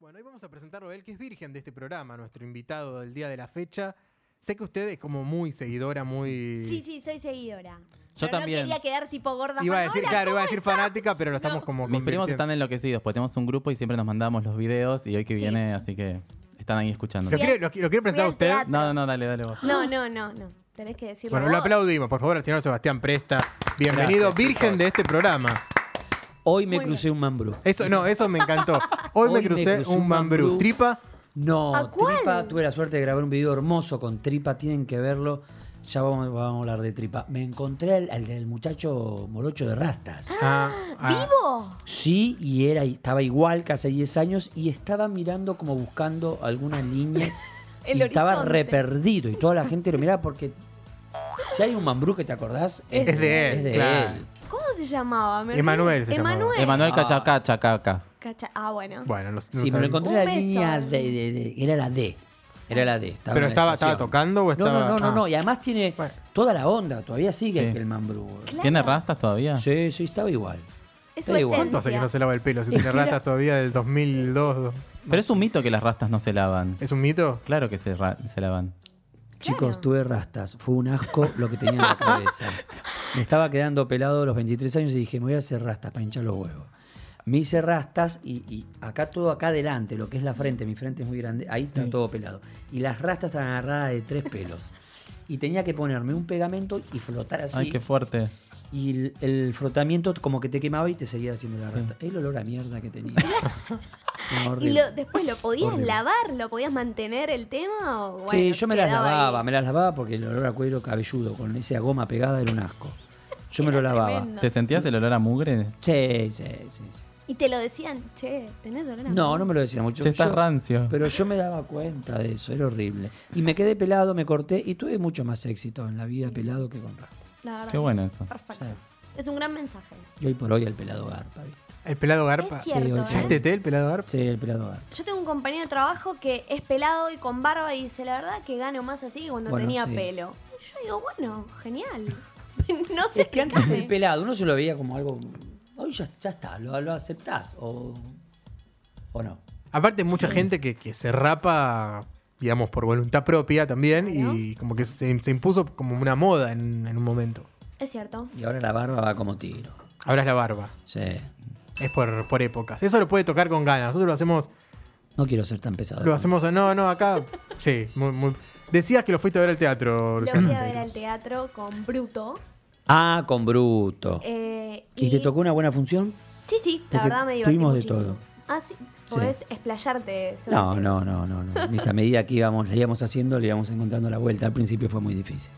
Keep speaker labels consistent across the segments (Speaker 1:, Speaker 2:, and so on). Speaker 1: Bueno, hoy vamos a presentarlo a él, que es virgen de este programa, nuestro invitado del día de la fecha. Sé que usted es como muy seguidora, muy...
Speaker 2: Sí, sí, soy seguidora.
Speaker 3: Yo
Speaker 2: Pero
Speaker 3: también.
Speaker 2: No quería quedar tipo gorda.
Speaker 1: Iba a
Speaker 2: fan,
Speaker 1: decir,
Speaker 2: "Hola,
Speaker 1: claro, iba a
Speaker 2: ¿cómo
Speaker 1: decir
Speaker 2: estás?".
Speaker 1: fanática, pero lo estamos
Speaker 2: No.
Speaker 1: como
Speaker 3: Mis primos
Speaker 1: convirtiendo.
Speaker 3: están enloquecidos, porque tenemos un grupo y siempre nos mandamos los videos y hoy que
Speaker 2: Sí.
Speaker 3: viene, así que están ahí escuchando.
Speaker 1: ¿Lo quiere, lo, qui- lo quiere presentar a
Speaker 2: al
Speaker 1: usted?
Speaker 2: teatro.
Speaker 3: No, no, no, dale, dale vos.
Speaker 2: No, no, no, no. Tenés que decirlo.
Speaker 1: Bueno, lo
Speaker 2: vos.
Speaker 1: aplaudimos, por favor, al señor Sebastián Presta. Bienvenido,
Speaker 3: Gracias,
Speaker 1: virgen
Speaker 3: chicos.
Speaker 1: de este programa.
Speaker 4: Hoy me
Speaker 2: Muy
Speaker 4: crucé un mambrú.
Speaker 1: Eso, no, eso me encantó. Hoy, me crucé un mambrú. Tripa,
Speaker 4: No,
Speaker 2: ¿A cuál?
Speaker 4: Tripa, tuve la suerte de grabar un video hermoso con Tripa, tienen que verlo. Ya vamos, vamos a hablar de Tripa. Me encontré al, al del muchacho morocho de Rastas.
Speaker 1: ah, ah,
Speaker 2: ¿Vivo?
Speaker 4: Sí, y era, estaba igual que hace 10 años y estaba mirando como buscando alguna línea.
Speaker 2: El
Speaker 4: y estaba
Speaker 2: horizonte.
Speaker 4: re perdido y toda la gente lo miraba porque si hay un mambrú que te acordás,
Speaker 2: Es de
Speaker 1: él, claro.
Speaker 2: ¿Cómo se llamaba? Me olvidé.
Speaker 1: Emanuel se llamaba.
Speaker 2: Emanuel.
Speaker 3: Emanuel Cachaca, Chacaca.
Speaker 2: Cacha- Ah, bueno.
Speaker 1: Bueno, no, no
Speaker 4: Sí,
Speaker 1: está
Speaker 4: me lo
Speaker 1: bien.
Speaker 4: encontré
Speaker 2: Un
Speaker 4: en la
Speaker 2: beso.
Speaker 4: línea de, de- de- era la D. Era la D. estaba
Speaker 1: ¿Pero
Speaker 4: en la
Speaker 1: estaba-
Speaker 4: estación.
Speaker 1: estaba tocando o estaba-
Speaker 4: No, no, no, no,
Speaker 1: ah.
Speaker 4: no, Y además tiene
Speaker 1: Bueno.
Speaker 4: toda la onda. Todavía sigue
Speaker 3: Sí.
Speaker 4: el mambrú.
Speaker 2: Claro.
Speaker 3: ¿Tiene rastas todavía?
Speaker 4: Sí, sí, estaba igual.
Speaker 2: Es su
Speaker 4: Da igual.
Speaker 1: ¿Cuánto hace que no se lava el pelo? Si
Speaker 4: Es
Speaker 1: tiene
Speaker 4: que era-
Speaker 1: ratas todavía del 2002.
Speaker 3: Pero es un mito que las rastas no se lavan.
Speaker 1: ¿Es un mito?
Speaker 3: Claro que se, ra- se lavan.
Speaker 4: Chicos, tuve rastas. Fue un asco lo que tenía en la cabeza. Me estaba quedando pelado a los 23 años y dije, me voy a hacer rastas para hinchar los huevos. Me hice rastas y, y acá todo acá adelante, lo que es la frente, mi frente es muy grande, ahí está todo pelado. Y las rastas estaban agarradas de tres pelos. Y tenía que ponerme un pegamento y flotar así.
Speaker 3: Ay, qué fuerte.
Speaker 4: y el, el frotamiento como que te quemaba y te seguía haciendo la rasta. El olor a mierda que tenía. No,
Speaker 2: Y
Speaker 4: horrible.
Speaker 2: lo, después lo podías
Speaker 4: Horrible.
Speaker 2: lavar, lo podías mantener el tema. o
Speaker 4: sí,
Speaker 2: bueno,
Speaker 4: yo me las
Speaker 2: quedaba ahí?
Speaker 4: lavaba, me las lavaba porque el olor a cuero cabelludo con esa goma pegada era un asco. Yo me lo
Speaker 2: Era
Speaker 4: lavaba.
Speaker 2: tremendo.
Speaker 3: ¿Te sentías el olor a mugre?
Speaker 4: Sí, sí, sí. sí.
Speaker 2: Y te lo decían, che, ¿tenés dolor a
Speaker 4: No,
Speaker 2: mano?".
Speaker 4: no me lo decía mucho.
Speaker 3: Che, estás
Speaker 4: Yo-
Speaker 3: rancio.
Speaker 4: Pero yo me daba cuenta de eso, era horrible. Y me quedé pelado, me corté y tuve mucho más éxito en la vida pelado que con rasta.
Speaker 2: La verdad.
Speaker 3: Qué bueno eso.
Speaker 2: Perfecto. Es un gran mensaje.
Speaker 4: Y hoy por hoy el pelado garpa, ¿viste?
Speaker 1: ¿El pelado garpa?
Speaker 2: Es cierto,
Speaker 4: hoy
Speaker 2: ¿eh?
Speaker 1: ¿Ya este té, el pelado garpa?
Speaker 4: Sí, el pelado garpa.
Speaker 2: Yo tengo un compañero de trabajo que es pelado y con barba y dice, la verdad que gano más así que cuando
Speaker 4: Bueno,
Speaker 2: tenía
Speaker 4: sí.
Speaker 2: pelo. Y yo digo, bueno, genial. no sé
Speaker 4: Es que antes
Speaker 2: explicarme.
Speaker 4: el pelado uno se lo veía como algo. Hoy ya, ya está, lo, lo aceptás o, o no.
Speaker 1: Aparte, mucha gente que, que se rapa, digamos, por voluntad propia también y como que se, se impuso como una moda en, en un momento.
Speaker 2: Es cierto.
Speaker 4: Y ahora la barba va como tiro.
Speaker 1: Ahora es la barba.
Speaker 4: Sí.
Speaker 1: Es por, por épocas. Eso lo puede tocar con ganas. Nosotros lo hacemos.
Speaker 4: No quiero ser tan pesado.
Speaker 1: Lo hacemos. No, no, acá. Sí, muy, muy. Decías que lo fuiste a ver al teatro,
Speaker 2: Lo
Speaker 1: Luciano.
Speaker 2: fui a ver al teatro con Bruto.
Speaker 4: Ah, con bruto.
Speaker 2: eh,
Speaker 4: ¿Y te tocó una buena función?
Speaker 2: Sí, sí, la
Speaker 4: Porque
Speaker 2: verdad me divertí
Speaker 4: tuvimos de
Speaker 2: muchísimo.
Speaker 4: todo.
Speaker 2: Ah, sí. Podés explayarte sobre
Speaker 4: No,
Speaker 2: el tema.
Speaker 4: no, no, no, no. Viste, a medida que íbamos, le íbamos haciendo, le íbamos encontrando la vuelta. Al principio fue muy difícil.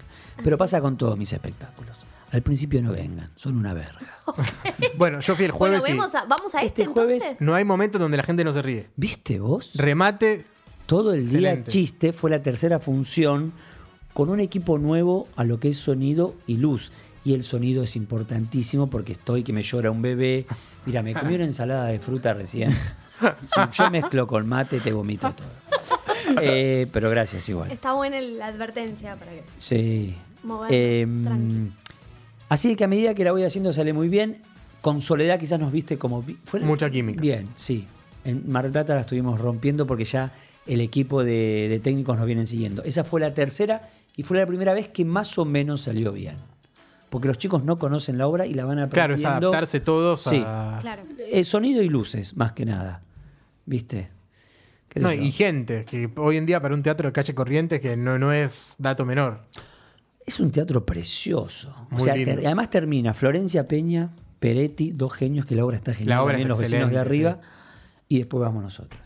Speaker 4: Pero pasa con todos mis espectáculos. Al principio no vengan, son una verga.
Speaker 1: Bueno, yo fui el
Speaker 2: Bueno,
Speaker 1: jueves. y
Speaker 2: vemos a- vamos a este,
Speaker 4: Este jueves-
Speaker 2: entonces.
Speaker 1: No hay momento donde la gente no se ríe.
Speaker 4: ¿Viste vos?
Speaker 1: Remate.
Speaker 4: Todo el día
Speaker 1: Excelente.
Speaker 4: chiste fue la tercera función con un equipo nuevo a lo que es sonido y luz. Y el sonido es importantísimo porque estoy que me llora un bebé. Mira, me comí una ensalada de fruta recién. Si yo mezclo con mate, te vomito todo. Eh, pero gracias igual.
Speaker 2: Está buena el- la advertencia para que.
Speaker 4: Sí.
Speaker 2: Movernos,
Speaker 4: Em,
Speaker 2: tranqui.
Speaker 4: así que a medida que la voy haciendo sale muy bien. Con Soledad quizás nos viste como... vi- fue-
Speaker 1: Mucha química.
Speaker 4: Bien, sí. En Mar del Plata la estuvimos rompiendo porque ya el equipo de, de técnicos nos vienen siguiendo. Esa fue la tercera y fue la primera vez que más o menos salió bien. Porque los chicos no conocen la obra y la van a
Speaker 1: Claro, es adaptarse todos
Speaker 4: Sí.
Speaker 1: a.
Speaker 2: Claro.
Speaker 4: sonido y luces, más que nada. ¿Viste? ¿Qué sé
Speaker 1: No,
Speaker 4: yo?
Speaker 1: y gente, que hoy en día para un teatro de calle corriente que no, no es dato menor.
Speaker 4: Es un teatro precioso.
Speaker 1: Muy
Speaker 4: o sea,
Speaker 1: lindo.
Speaker 4: ter- además termina Florencia Peña, Peretti, dos genios, que la obra está genial.
Speaker 1: La obra
Speaker 4: también
Speaker 1: es
Speaker 4: los vecinos de
Speaker 1: excelente,
Speaker 4: arriba. Y después vamos nosotros.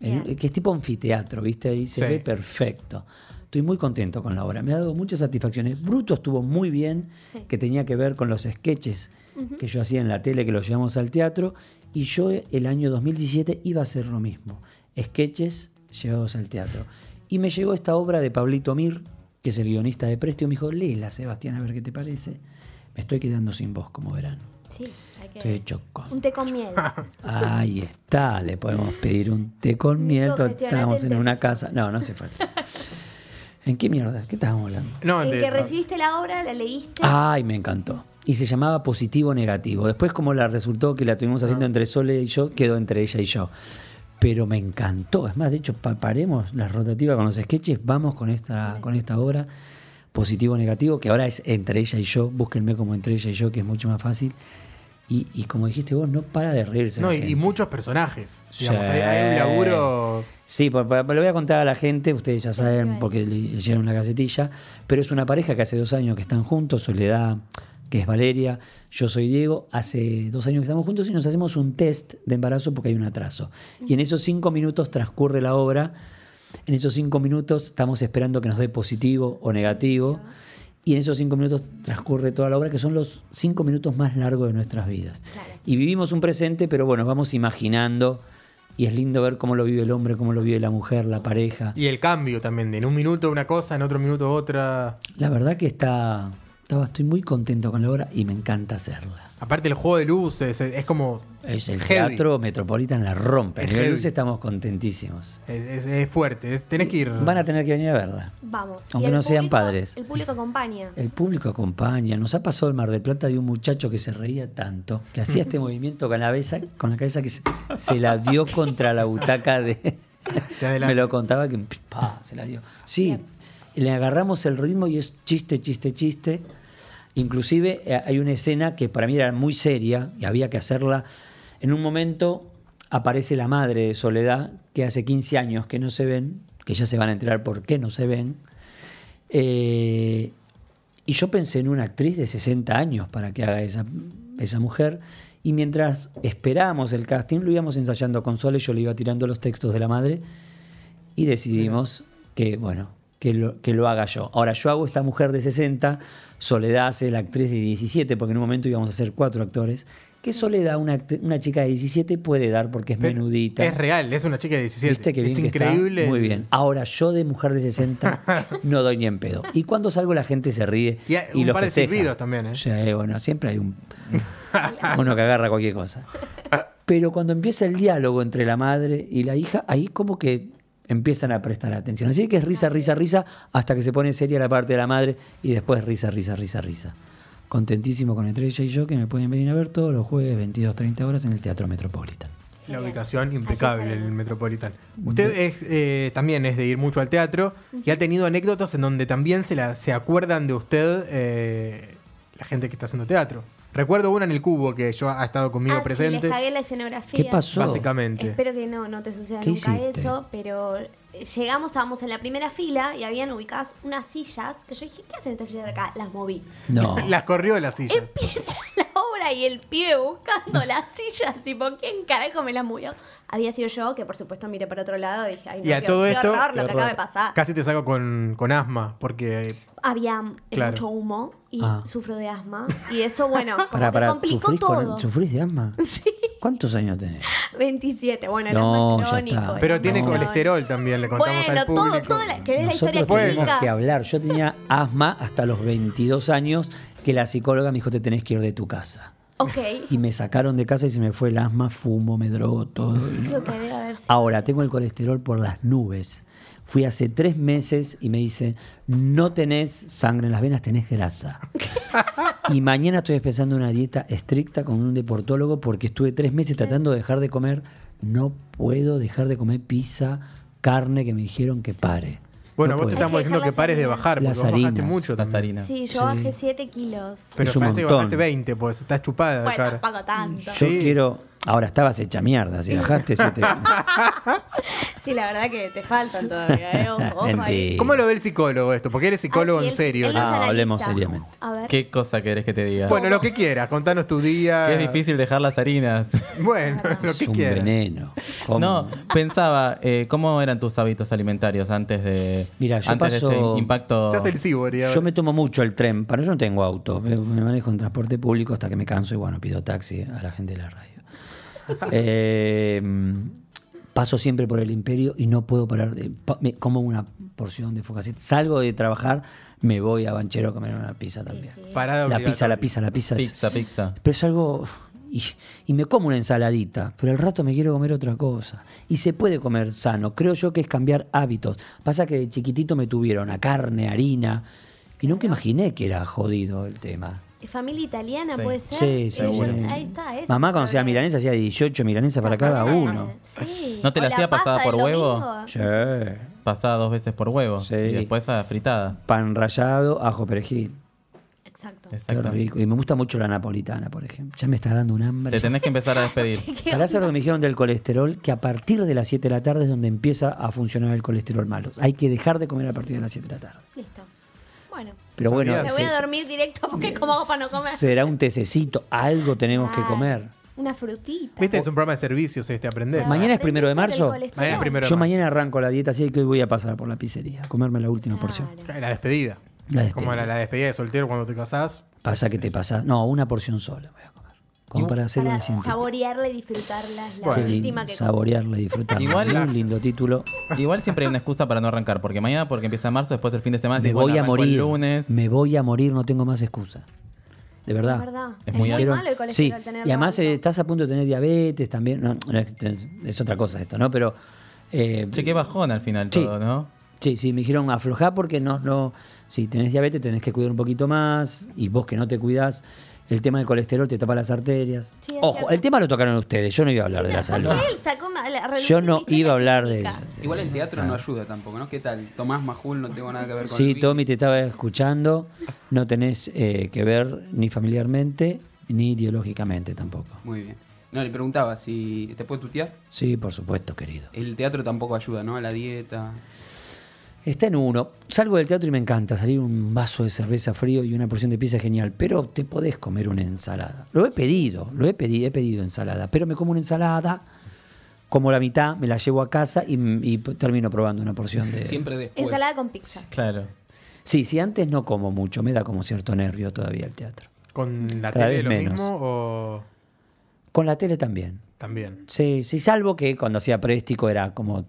Speaker 4: En-
Speaker 2: Bien.
Speaker 4: que es tipo anfiteatro, ¿viste? Ahí se
Speaker 1: Sí.
Speaker 4: ve perfecto. Estoy muy contento con la obra. Me ha dado muchas satisfacciones. Bruto estuvo muy bien,
Speaker 2: Sí.
Speaker 4: que tenía que ver con los sketches que yo hacía en la tele, que los llevamos al teatro. Y yo el año 2017 iba a hacer lo mismo. Sketches llevados al teatro. Y me llegó esta obra de Pablito Mir, que es el guionista de Presto, y me dijo, léela, Sebastián, a ver qué te parece. Me estoy quedando sin voz, como verán.
Speaker 2: Sí, hay que.
Speaker 4: Estoy hecho con...
Speaker 2: Un té con miel.
Speaker 4: Ahí está, le podemos pedir un té con miel.
Speaker 2: Nico, gestionate
Speaker 4: Estamos
Speaker 2: el
Speaker 4: en
Speaker 2: té.
Speaker 4: una casa. No, no hace falta. ¿En qué mierda? ¿Qué estábamos hablando?
Speaker 1: No,
Speaker 2: El
Speaker 1: de-
Speaker 2: que recibiste la obra, la leíste.
Speaker 4: Ay, me encantó. Y se llamaba positivo negativo. Después, como la resultó que la tuvimos haciendo entre Sole y yo, quedó entre ella y yo. pero me encantó. Es más, de hecho, pa- paremos las rotativas con los sketches, vamos con esta, con esta obra, positivo negativo, que ahora es entre ella y yo, búsquenme como entre ella y yo, que es mucho más fácil. Y, y como dijiste vos, no para de reírse.
Speaker 1: No,
Speaker 4: la
Speaker 1: y, y
Speaker 4: gente.
Speaker 1: muchos personajes. Digamos,
Speaker 4: Sí.
Speaker 1: hay, hay un laburo.
Speaker 4: Sí, pues, por- por- lo voy a contar a la gente, ustedes ya saben porque le- leyeron la casetilla, pero es una pareja que hace dos años que están juntos, Soledad, que es Valeria, yo soy Diego, hace dos años que estamos juntos y nos hacemos un test de embarazo porque hay un atraso. Y en esos cinco minutos transcurre la obra, en esos cinco minutos estamos esperando que nos dé positivo o negativo, y en esos cinco minutos transcurre toda la obra, que son los cinco minutos más largos de nuestras vidas. Y vivimos un presente, pero bueno, vamos imaginando. Y es lindo ver cómo lo vive el hombre, cómo lo vive la mujer, la pareja.
Speaker 1: Y el cambio también, de en un minuto una cosa, en otro minuto otra.
Speaker 4: La verdad que está, estaba, estoy muy contento con la obra y me encanta hacerla.
Speaker 1: Aparte el juego de luces, es, es como...
Speaker 4: Es el
Speaker 1: heavy.
Speaker 4: teatro Metropolitan la rompe.
Speaker 1: Es
Speaker 4: En la
Speaker 1: heavy.
Speaker 4: luz estamos contentísimos.
Speaker 1: Es, es- es fuerte, es- tenés que ir...
Speaker 4: Van a tener que venir a verla.
Speaker 2: Vamos.
Speaker 4: Aunque
Speaker 2: Y el
Speaker 4: no sean
Speaker 2: público-
Speaker 4: padres.
Speaker 2: El público acompaña.
Speaker 4: El público acompaña. Nos ha pasado el Mar del Plata de un muchacho que se reía tanto, que hacía este movimiento con la cabeza, con la cabeza que se, se la dio contra la butaca de.
Speaker 1: De adelante.
Speaker 4: Me lo contaba que pa, se la dio. Sí, le agarramos el ritmo y es chiste, chiste, chiste. Inclusive eh, hay una escena que para mí era muy seria y había que hacerla. En un momento aparece la madre de Soledad, que hace 15 años que no se ven, que ya se van a enterar por qué no se ven. Eh, y yo pensé en una actriz de 60 años para que haga esa, esa mujer. Y mientras esperábamos el casting, lo íbamos ensayando con Sole, yo le iba tirando los textos de la madre y decidimos que, bueno, que lo, que lo haga yo. Ahora, yo hago esta mujer de 60, Soledad hace la actriz de 17, porque en un momento íbamos a ser cuatro actores, que Soledad, una, act- una chica de 17, puede dar porque es
Speaker 1: Pero
Speaker 4: menudita.
Speaker 1: Es real, es una chica de 17.
Speaker 4: ¿Viste que
Speaker 1: es
Speaker 4: bien que está?
Speaker 1: increíble.
Speaker 4: Muy bien. Ahora, yo de mujer de 60 no doy ni en pedo. Y cuando salgo la gente se ríe
Speaker 1: Y
Speaker 4: y,
Speaker 1: hay un
Speaker 4: lo
Speaker 1: par de
Speaker 4: festeja.
Speaker 1: silbidos también, ¿eh?
Speaker 4: Sí, bueno, siempre hay un uno que agarra cualquier cosa. Pero cuando empieza el diálogo entre la madre y la hija, ahí como que empiezan a prestar atención. Así que es risa, risa, risa, hasta que se pone seria la parte de la madre y después risa, risa, risa, risa. Contentísimo con entre ella y yo que me pueden venir a ver todos los jueves 22.30 horas en el Teatro Metropolitan.
Speaker 1: La
Speaker 2: Genial.
Speaker 1: ubicación
Speaker 2: Allí
Speaker 1: impecable, el
Speaker 2: estaremos.
Speaker 1: Metropolitan. Usted es, eh, también es de ir mucho al teatro y ha tenido anécdotas en donde también se, la, se acuerdan de usted eh, la gente que está haciendo teatro. Recuerdo una en el cubo que yo ha estado conmigo
Speaker 2: Ah, sí,
Speaker 1: presente.
Speaker 2: les cagué la escenografía.
Speaker 4: ¿Qué pasó?
Speaker 1: Básicamente.
Speaker 2: Espero que no, no te suceda
Speaker 4: ¿Qué
Speaker 2: nunca
Speaker 4: hiciste?
Speaker 2: eso, pero eh, llegamos, estábamos en la primera fila y habían ubicadas unas sillas que yo dije, ¿qué hacen estas sillas de acá? Las moví.
Speaker 4: No.
Speaker 1: Las corrió de las sillas.
Speaker 2: Empieza la obra y el pibe buscando las sillas, tipo, ¿quién carajo me las movió? Había sido yo, que por supuesto miré para otro lado y dije, ay, no,
Speaker 1: Y a
Speaker 2: qué-
Speaker 1: todo
Speaker 2: qué
Speaker 1: esto,
Speaker 2: horror lo
Speaker 1: qué
Speaker 2: que
Speaker 1: horror.
Speaker 2: acaba de pasar.
Speaker 1: casi te saco con, con asma, porque eh,
Speaker 2: Había eh,
Speaker 1: Claro.
Speaker 2: mucho humo y
Speaker 4: Ah.
Speaker 2: sufro de asma y eso, bueno, Ah, como
Speaker 4: Para,
Speaker 2: que
Speaker 4: para,
Speaker 2: complicó
Speaker 4: ¿sufrís, con-
Speaker 2: todo.
Speaker 4: ¿sufrís de asma?
Speaker 2: Sí.
Speaker 4: ¿Cuántos años tenés?
Speaker 2: 27, bueno, el
Speaker 4: No,
Speaker 2: asma
Speaker 4: ya
Speaker 2: crónico.
Speaker 4: está.
Speaker 2: el
Speaker 1: pero
Speaker 2: asma
Speaker 1: tiene
Speaker 4: No.
Speaker 2: crónico.
Speaker 1: colesterol también, le contamos
Speaker 2: Bueno,
Speaker 1: al
Speaker 2: todo,
Speaker 1: público.
Speaker 2: toda la- ¿querés la historia
Speaker 4: Nosotros
Speaker 1: Bueno.
Speaker 4: tenemos
Speaker 2: clínica?
Speaker 4: que hablar. Yo tenía asma hasta los 22 años que la psicóloga me dijo te tenés que ir de tu casa.
Speaker 2: Ok,
Speaker 4: Y me sacaron de casa y se me fue el asma, fumo, me drogo, todo. y no-
Speaker 2: creo que debe haber sido.
Speaker 4: Ahora, tengo el colesterol por las nubes. Fui hace tres meses y me dicen, no tenés sangre en las venas, tenés grasa. y mañana estoy empezando una dieta estricta con un deportólogo porque estuve tres meses tratando de dejar de comer. No puedo dejar de comer pizza, carne que me dijeron que pare.
Speaker 1: Bueno,
Speaker 4: No
Speaker 1: vos te
Speaker 4: puedo.
Speaker 1: estamos
Speaker 2: Hay que
Speaker 1: diciendo
Speaker 2: dejar
Speaker 1: que
Speaker 2: las
Speaker 1: pares de
Speaker 2: harinas.
Speaker 1: bajar, porque
Speaker 4: Las
Speaker 1: vos bajaste
Speaker 4: harinas.
Speaker 1: mucho
Speaker 3: Las
Speaker 1: también.
Speaker 3: harinas.
Speaker 2: Sí, yo
Speaker 4: Sí.
Speaker 2: bajé 7 kilos.
Speaker 1: Pero
Speaker 4: Es un
Speaker 1: parece que
Speaker 4: montón.
Speaker 1: bajaste 20, pues estás chupada de
Speaker 2: Bueno,
Speaker 1: cara.
Speaker 2: tampoco tanto.
Speaker 4: Yo
Speaker 1: Sí.
Speaker 4: quiero. Ahora estabas hecha mierda, si bajaste siete.
Speaker 2: Sí, la verdad que te faltan todavía, ¿eh? Ojo, ojo ahí.
Speaker 4: Mentira.
Speaker 1: ¿cómo lo ve el psicólogo esto? Porque eres psicólogo
Speaker 2: Ah, sí,
Speaker 1: en
Speaker 2: él-
Speaker 1: serio.
Speaker 2: él los
Speaker 1: ¿no?
Speaker 4: Ah,
Speaker 2: analiza.
Speaker 4: hablemos seriamente.
Speaker 2: A ver.
Speaker 3: ¿Qué cosa querés que te diga?
Speaker 1: Bueno, lo que quieras, contanos tu día.
Speaker 4: eh,
Speaker 3: Que es difícil dejar las harinas.
Speaker 1: Bueno, lo
Speaker 4: Es
Speaker 1: que
Speaker 4: un
Speaker 1: quieras.
Speaker 4: veneno. ¿Cómo?
Speaker 3: No, pensaba, eh, ¿cómo eran tus hábitos alimentarios antes de,
Speaker 4: Mira, yo
Speaker 3: antes de
Speaker 4: paso-
Speaker 3: este impacto?
Speaker 1: Se hace el cibor y ahora-
Speaker 4: Yo me tomo mucho el tren, para yo no tengo auto, me me manejo en transporte público hasta que me canso y bueno, pido taxi a la gente de la radio. Eh, paso siempre por el imperio y no puedo parar, de- pa- me como una porción de focacet, salgo de trabajar, me voy a Banchero a comer una pizza también.
Speaker 1: Parada
Speaker 4: La pizza, la
Speaker 1: obligatoria.
Speaker 4: pizza, la pizza. es-
Speaker 3: Pizza, pizza.
Speaker 4: Pero es algo. uf, Y, y me como una ensaladita, pero al rato me quiero comer otra cosa. Y se puede comer sano. Creo yo que es cambiar hábitos. Pasa que de chiquitito me tuvieron a carne, harina. Y nunca imaginé que era jodido el tema.
Speaker 2: Familia italiana
Speaker 3: Sí.
Speaker 2: puede ser.
Speaker 4: Sí,
Speaker 2: Y
Speaker 4: seguro.
Speaker 2: yo- Ahí está. ese
Speaker 4: Mamá cuando
Speaker 2: creo
Speaker 4: hacía
Speaker 2: que-
Speaker 4: milanesa hacía 18 milanesas para cada
Speaker 2: También,
Speaker 4: uno.
Speaker 2: sí.
Speaker 3: ¿No te la
Speaker 2: O
Speaker 3: hacía pasada
Speaker 2: pasta
Speaker 3: por
Speaker 2: del
Speaker 3: huevo?
Speaker 2: domingo.
Speaker 4: Sí.
Speaker 3: Pasada dos veces por huevo.
Speaker 4: Sí.
Speaker 3: Y después a fritada.
Speaker 4: Pan rallado, ajo, perejil.
Speaker 2: Exacto.
Speaker 4: Qué
Speaker 3: Exacto.
Speaker 4: rico. Y me gusta mucho la napolitana, por ejemplo. Ya me está dando un hambre.
Speaker 3: Te tenés que empezar a despedir.
Speaker 2: ¿Qué
Speaker 4: Para hacer lo que me dijeron del colesterol, que a partir de las 7 de la tarde es donde empieza a funcionar el colesterol malo. Hay que dejar de comer a partir de las 7 de la tarde.
Speaker 2: Listo. Bueno,
Speaker 4: Pero bueno,
Speaker 1: Sabía.
Speaker 2: me voy
Speaker 4: se-
Speaker 2: a dormir directo porque como hago para no comer.
Speaker 4: será un tececito, algo tenemos que
Speaker 2: Ay,
Speaker 4: comer.
Speaker 2: Una frutita.
Speaker 1: Viste, es un programa de servicios este, aprendés.
Speaker 4: Mañana es
Speaker 2: Aprendí
Speaker 4: primero de
Speaker 2: sobre el
Speaker 4: marzo.
Speaker 2: colesterol.
Speaker 1: Mañana es primero de
Speaker 4: Yo
Speaker 1: marzo.
Speaker 4: mañana arranco la dieta, así que hoy voy a pasar por la pizzería, a comerme la última porción.
Speaker 2: Claro.
Speaker 1: Ah, La despedida.
Speaker 4: La despedida.
Speaker 1: Como la, la despedida de soltero cuando te casás.
Speaker 4: Pasa que te pasa. No, una porción sola voy a comer. Como para hacer
Speaker 2: Para
Speaker 4: una cinta.
Speaker 2: saborearla y disfrutarla. es La
Speaker 1: Bueno.
Speaker 4: Qué
Speaker 2: última
Speaker 4: lindo,
Speaker 2: que como.
Speaker 4: saborearla y disfrutarla.
Speaker 3: Igual la-
Speaker 4: un lindo título.
Speaker 3: Igual siempre hay una excusa para no arrancar, porque mañana, porque empieza marzo, después el fin de semana,
Speaker 4: Me
Speaker 3: decís, bueno,
Speaker 4: voy a
Speaker 3: arranco el
Speaker 4: morir.
Speaker 3: lunes.
Speaker 4: Me voy a morir, no tengo más excusa. De verdad.
Speaker 2: Es verdad.
Speaker 3: Es
Speaker 2: Es
Speaker 3: muy
Speaker 2: muy,
Speaker 4: Quiero-
Speaker 2: malo el
Speaker 4: sí,
Speaker 2: colesterol tener
Speaker 4: y además
Speaker 2: tanto.
Speaker 4: eh, estás a punto de tener diabetes también. No, no, es, es otra cosa esto, ¿no? Pero. eh,
Speaker 3: Che, qué bajón al final
Speaker 4: Sí.
Speaker 3: todo, ¿no?
Speaker 4: Sí, sí, me dijeron aflojá porque no, no, si tenés diabetes tenés que cuidar un poquito más y vos que no te cuidás, el tema del colesterol te tapa las arterias.
Speaker 2: Sí, es
Speaker 4: Ojo,
Speaker 2: cierto.
Speaker 4: el tema lo tocaron ustedes, yo no iba a hablar de la salud.
Speaker 2: Él sacó ma- la
Speaker 4: Ah. Yo
Speaker 2: reducir
Speaker 4: no
Speaker 2: mi
Speaker 4: iba a hablar de...
Speaker 2: clínica.
Speaker 5: Igual
Speaker 4: Eh,
Speaker 5: el teatro no ayuda tampoco, ¿no? ¿Qué tal? Tomás Majul, no tengo nada que ver con el
Speaker 4: ah. Sí,
Speaker 5: vino.
Speaker 4: Tommy, te estaba escuchando, no tenés eh, que ver ni familiarmente ni ideológicamente tampoco.
Speaker 5: Muy bien. No, le preguntaba si te puedo tutear.
Speaker 4: Sí, por supuesto, querido.
Speaker 5: El teatro tampoco ayuda, ¿no? A la dieta.
Speaker 4: Está en uno. Salgo del teatro y me encanta salir un vaso de cerveza frío y una porción de pizza es genial, pero te podés comer una ensalada. Lo he pedido, lo he pedido, he pedido ensalada, pero me como una ensalada, como la mitad, me la llevo a casa y, y termino probando una porción de...
Speaker 5: Siempre después.
Speaker 2: Ensalada con pizza.
Speaker 3: Claro.
Speaker 4: Sí, sí, antes no como mucho, me da como cierto nervio todavía el teatro.
Speaker 1: ¿Con la
Speaker 4: Cada
Speaker 1: tele
Speaker 4: vez
Speaker 1: lo
Speaker 4: menos.
Speaker 1: mismo o
Speaker 4: Con la tele también.
Speaker 1: también?
Speaker 4: Sí, sí, salvo que cuando hacía préstico era como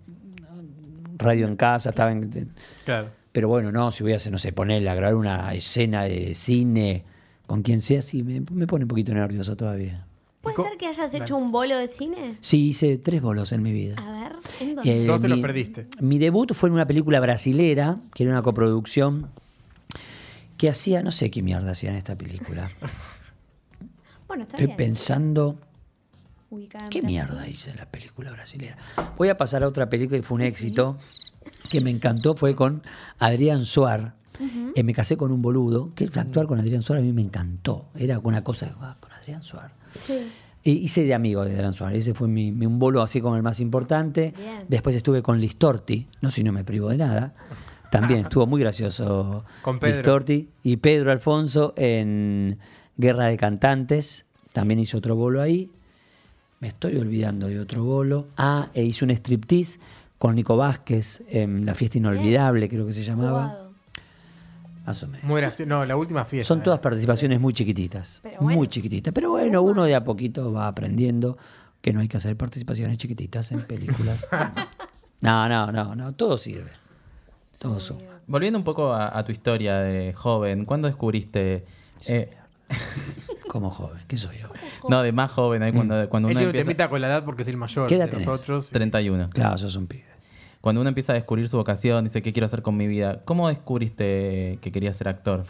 Speaker 4: radio en casa, estaba en...
Speaker 1: Claro.
Speaker 4: Pero bueno, no, si voy a hacer, no sé, ponerle a grabar una escena de cine con quien sea, sí, me, me pone un poquito nervioso todavía.
Speaker 2: ¿Puede
Speaker 1: Co-
Speaker 2: ser que hayas hecho un bolo de cine?
Speaker 4: Sí, hice tres bolos en mi vida.
Speaker 2: A ver, ¿en dónde?
Speaker 4: Eh,
Speaker 1: Dos te los
Speaker 4: mi-
Speaker 1: perdiste.
Speaker 4: Mi debut fue en una película brasilera, que era una coproducción, que hacía, no sé qué mierda hacía en esta película.
Speaker 2: bueno, está
Speaker 4: Estoy
Speaker 2: bien.
Speaker 4: pensando,
Speaker 2: Ubicada en
Speaker 4: ¿qué
Speaker 2: Brasil.
Speaker 4: mierda hice en la película brasilera? Voy a pasar a otra película que fue un éxito, que me encantó, fue con Adrián Suar. Eh, me casé con un boludo, que actuar con Adrián Suar a mí me encantó. Era una cosa ah, con Adrián Suar.
Speaker 2: Sí.
Speaker 4: E- hice de amigo de Adrián Suárez. Ese fue mi, mi- un bolo así como el más importante.
Speaker 2: Bien.
Speaker 4: Después estuve con Listorti. No sé si no me privo de nada. También estuvo muy gracioso
Speaker 1: Con Pedro.
Speaker 4: Listorti. Y Pedro Alfonso en Guerra de Cantantes. También hice otro bolo ahí. Me estoy olvidando de otro bolo. Ah, e hice un striptease con Nico Vázquez en La Fiesta Inolvidable, creo que se llamaba.
Speaker 2: Jugado.
Speaker 4: Más o menos.
Speaker 1: Muy gracioso. No, la última fiesta.
Speaker 4: Son
Speaker 1: eh.
Speaker 4: todas participaciones muy chiquititas.
Speaker 2: Pero bueno.
Speaker 4: muy chiquititas. Pero bueno, uno de a poquito va aprendiendo que no hay que hacer participaciones chiquititas en películas. no, no, no, no. Todo sirve. Todo suma.
Speaker 3: Volviendo un poco a, a tu historia de joven, ¿cuándo descubriste... eh,
Speaker 4: Como joven, ¿qué soy yo?
Speaker 3: no, de más joven, ahí
Speaker 4: Mm.
Speaker 3: cuando, cuando
Speaker 1: Él
Speaker 3: uno
Speaker 1: tiene un
Speaker 3: empieza...
Speaker 1: temita con la edad porque es el mayor
Speaker 4: ¿Qué edad
Speaker 1: de
Speaker 4: tenés?
Speaker 1: nosotros.
Speaker 3: 31.
Speaker 4: Claro, sos un pibe.
Speaker 3: Cuando uno empieza a descubrir su vocación, dice, ¿qué quiero hacer con mi vida? ¿Cómo descubriste que querías ser actor?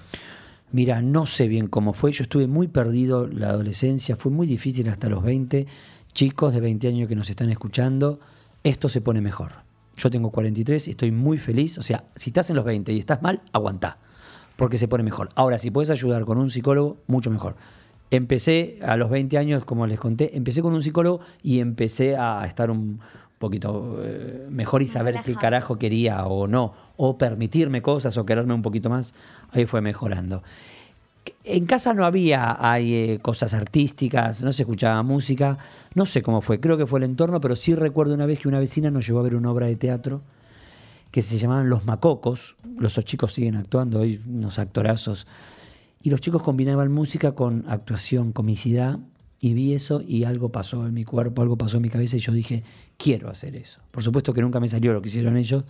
Speaker 4: Mira, no sé bien cómo fue. Yo estuve muy perdido la adolescencia. Fue muy difícil hasta los 20. Chicos de 20 años que nos están escuchando, esto se pone mejor. Yo tengo 43 y estoy muy feliz. O sea, si estás en los 20 y estás mal, aguantá. Porque se pone mejor. Ahora, si puedes ayudar con un psicólogo, mucho mejor. Empecé a los 20 años, como les conté, empecé con un psicólogo y empecé a estar un poquito eh, mejor y
Speaker 2: Más
Speaker 4: saber qué
Speaker 2: relajado.
Speaker 4: carajo carajo quería o no, o permitirme cosas o quererme un poquito más, ahí fue mejorando. En casa no había hay, eh, cosas artísticas, no se escuchaba música, no sé cómo fue, creo que fue el entorno, pero sí recuerdo una vez que una vecina nos llevó a ver una obra de teatro que se llamaban Los Macocos, los chicos siguen actuando, hoy unos actorazos, y los chicos combinaban música con actuación, comicidad, y vi eso y algo pasó en mi cuerpo, algo pasó en mi cabeza, y yo dije, quiero hacer eso. Por supuesto que nunca me salió lo que hicieron ellos,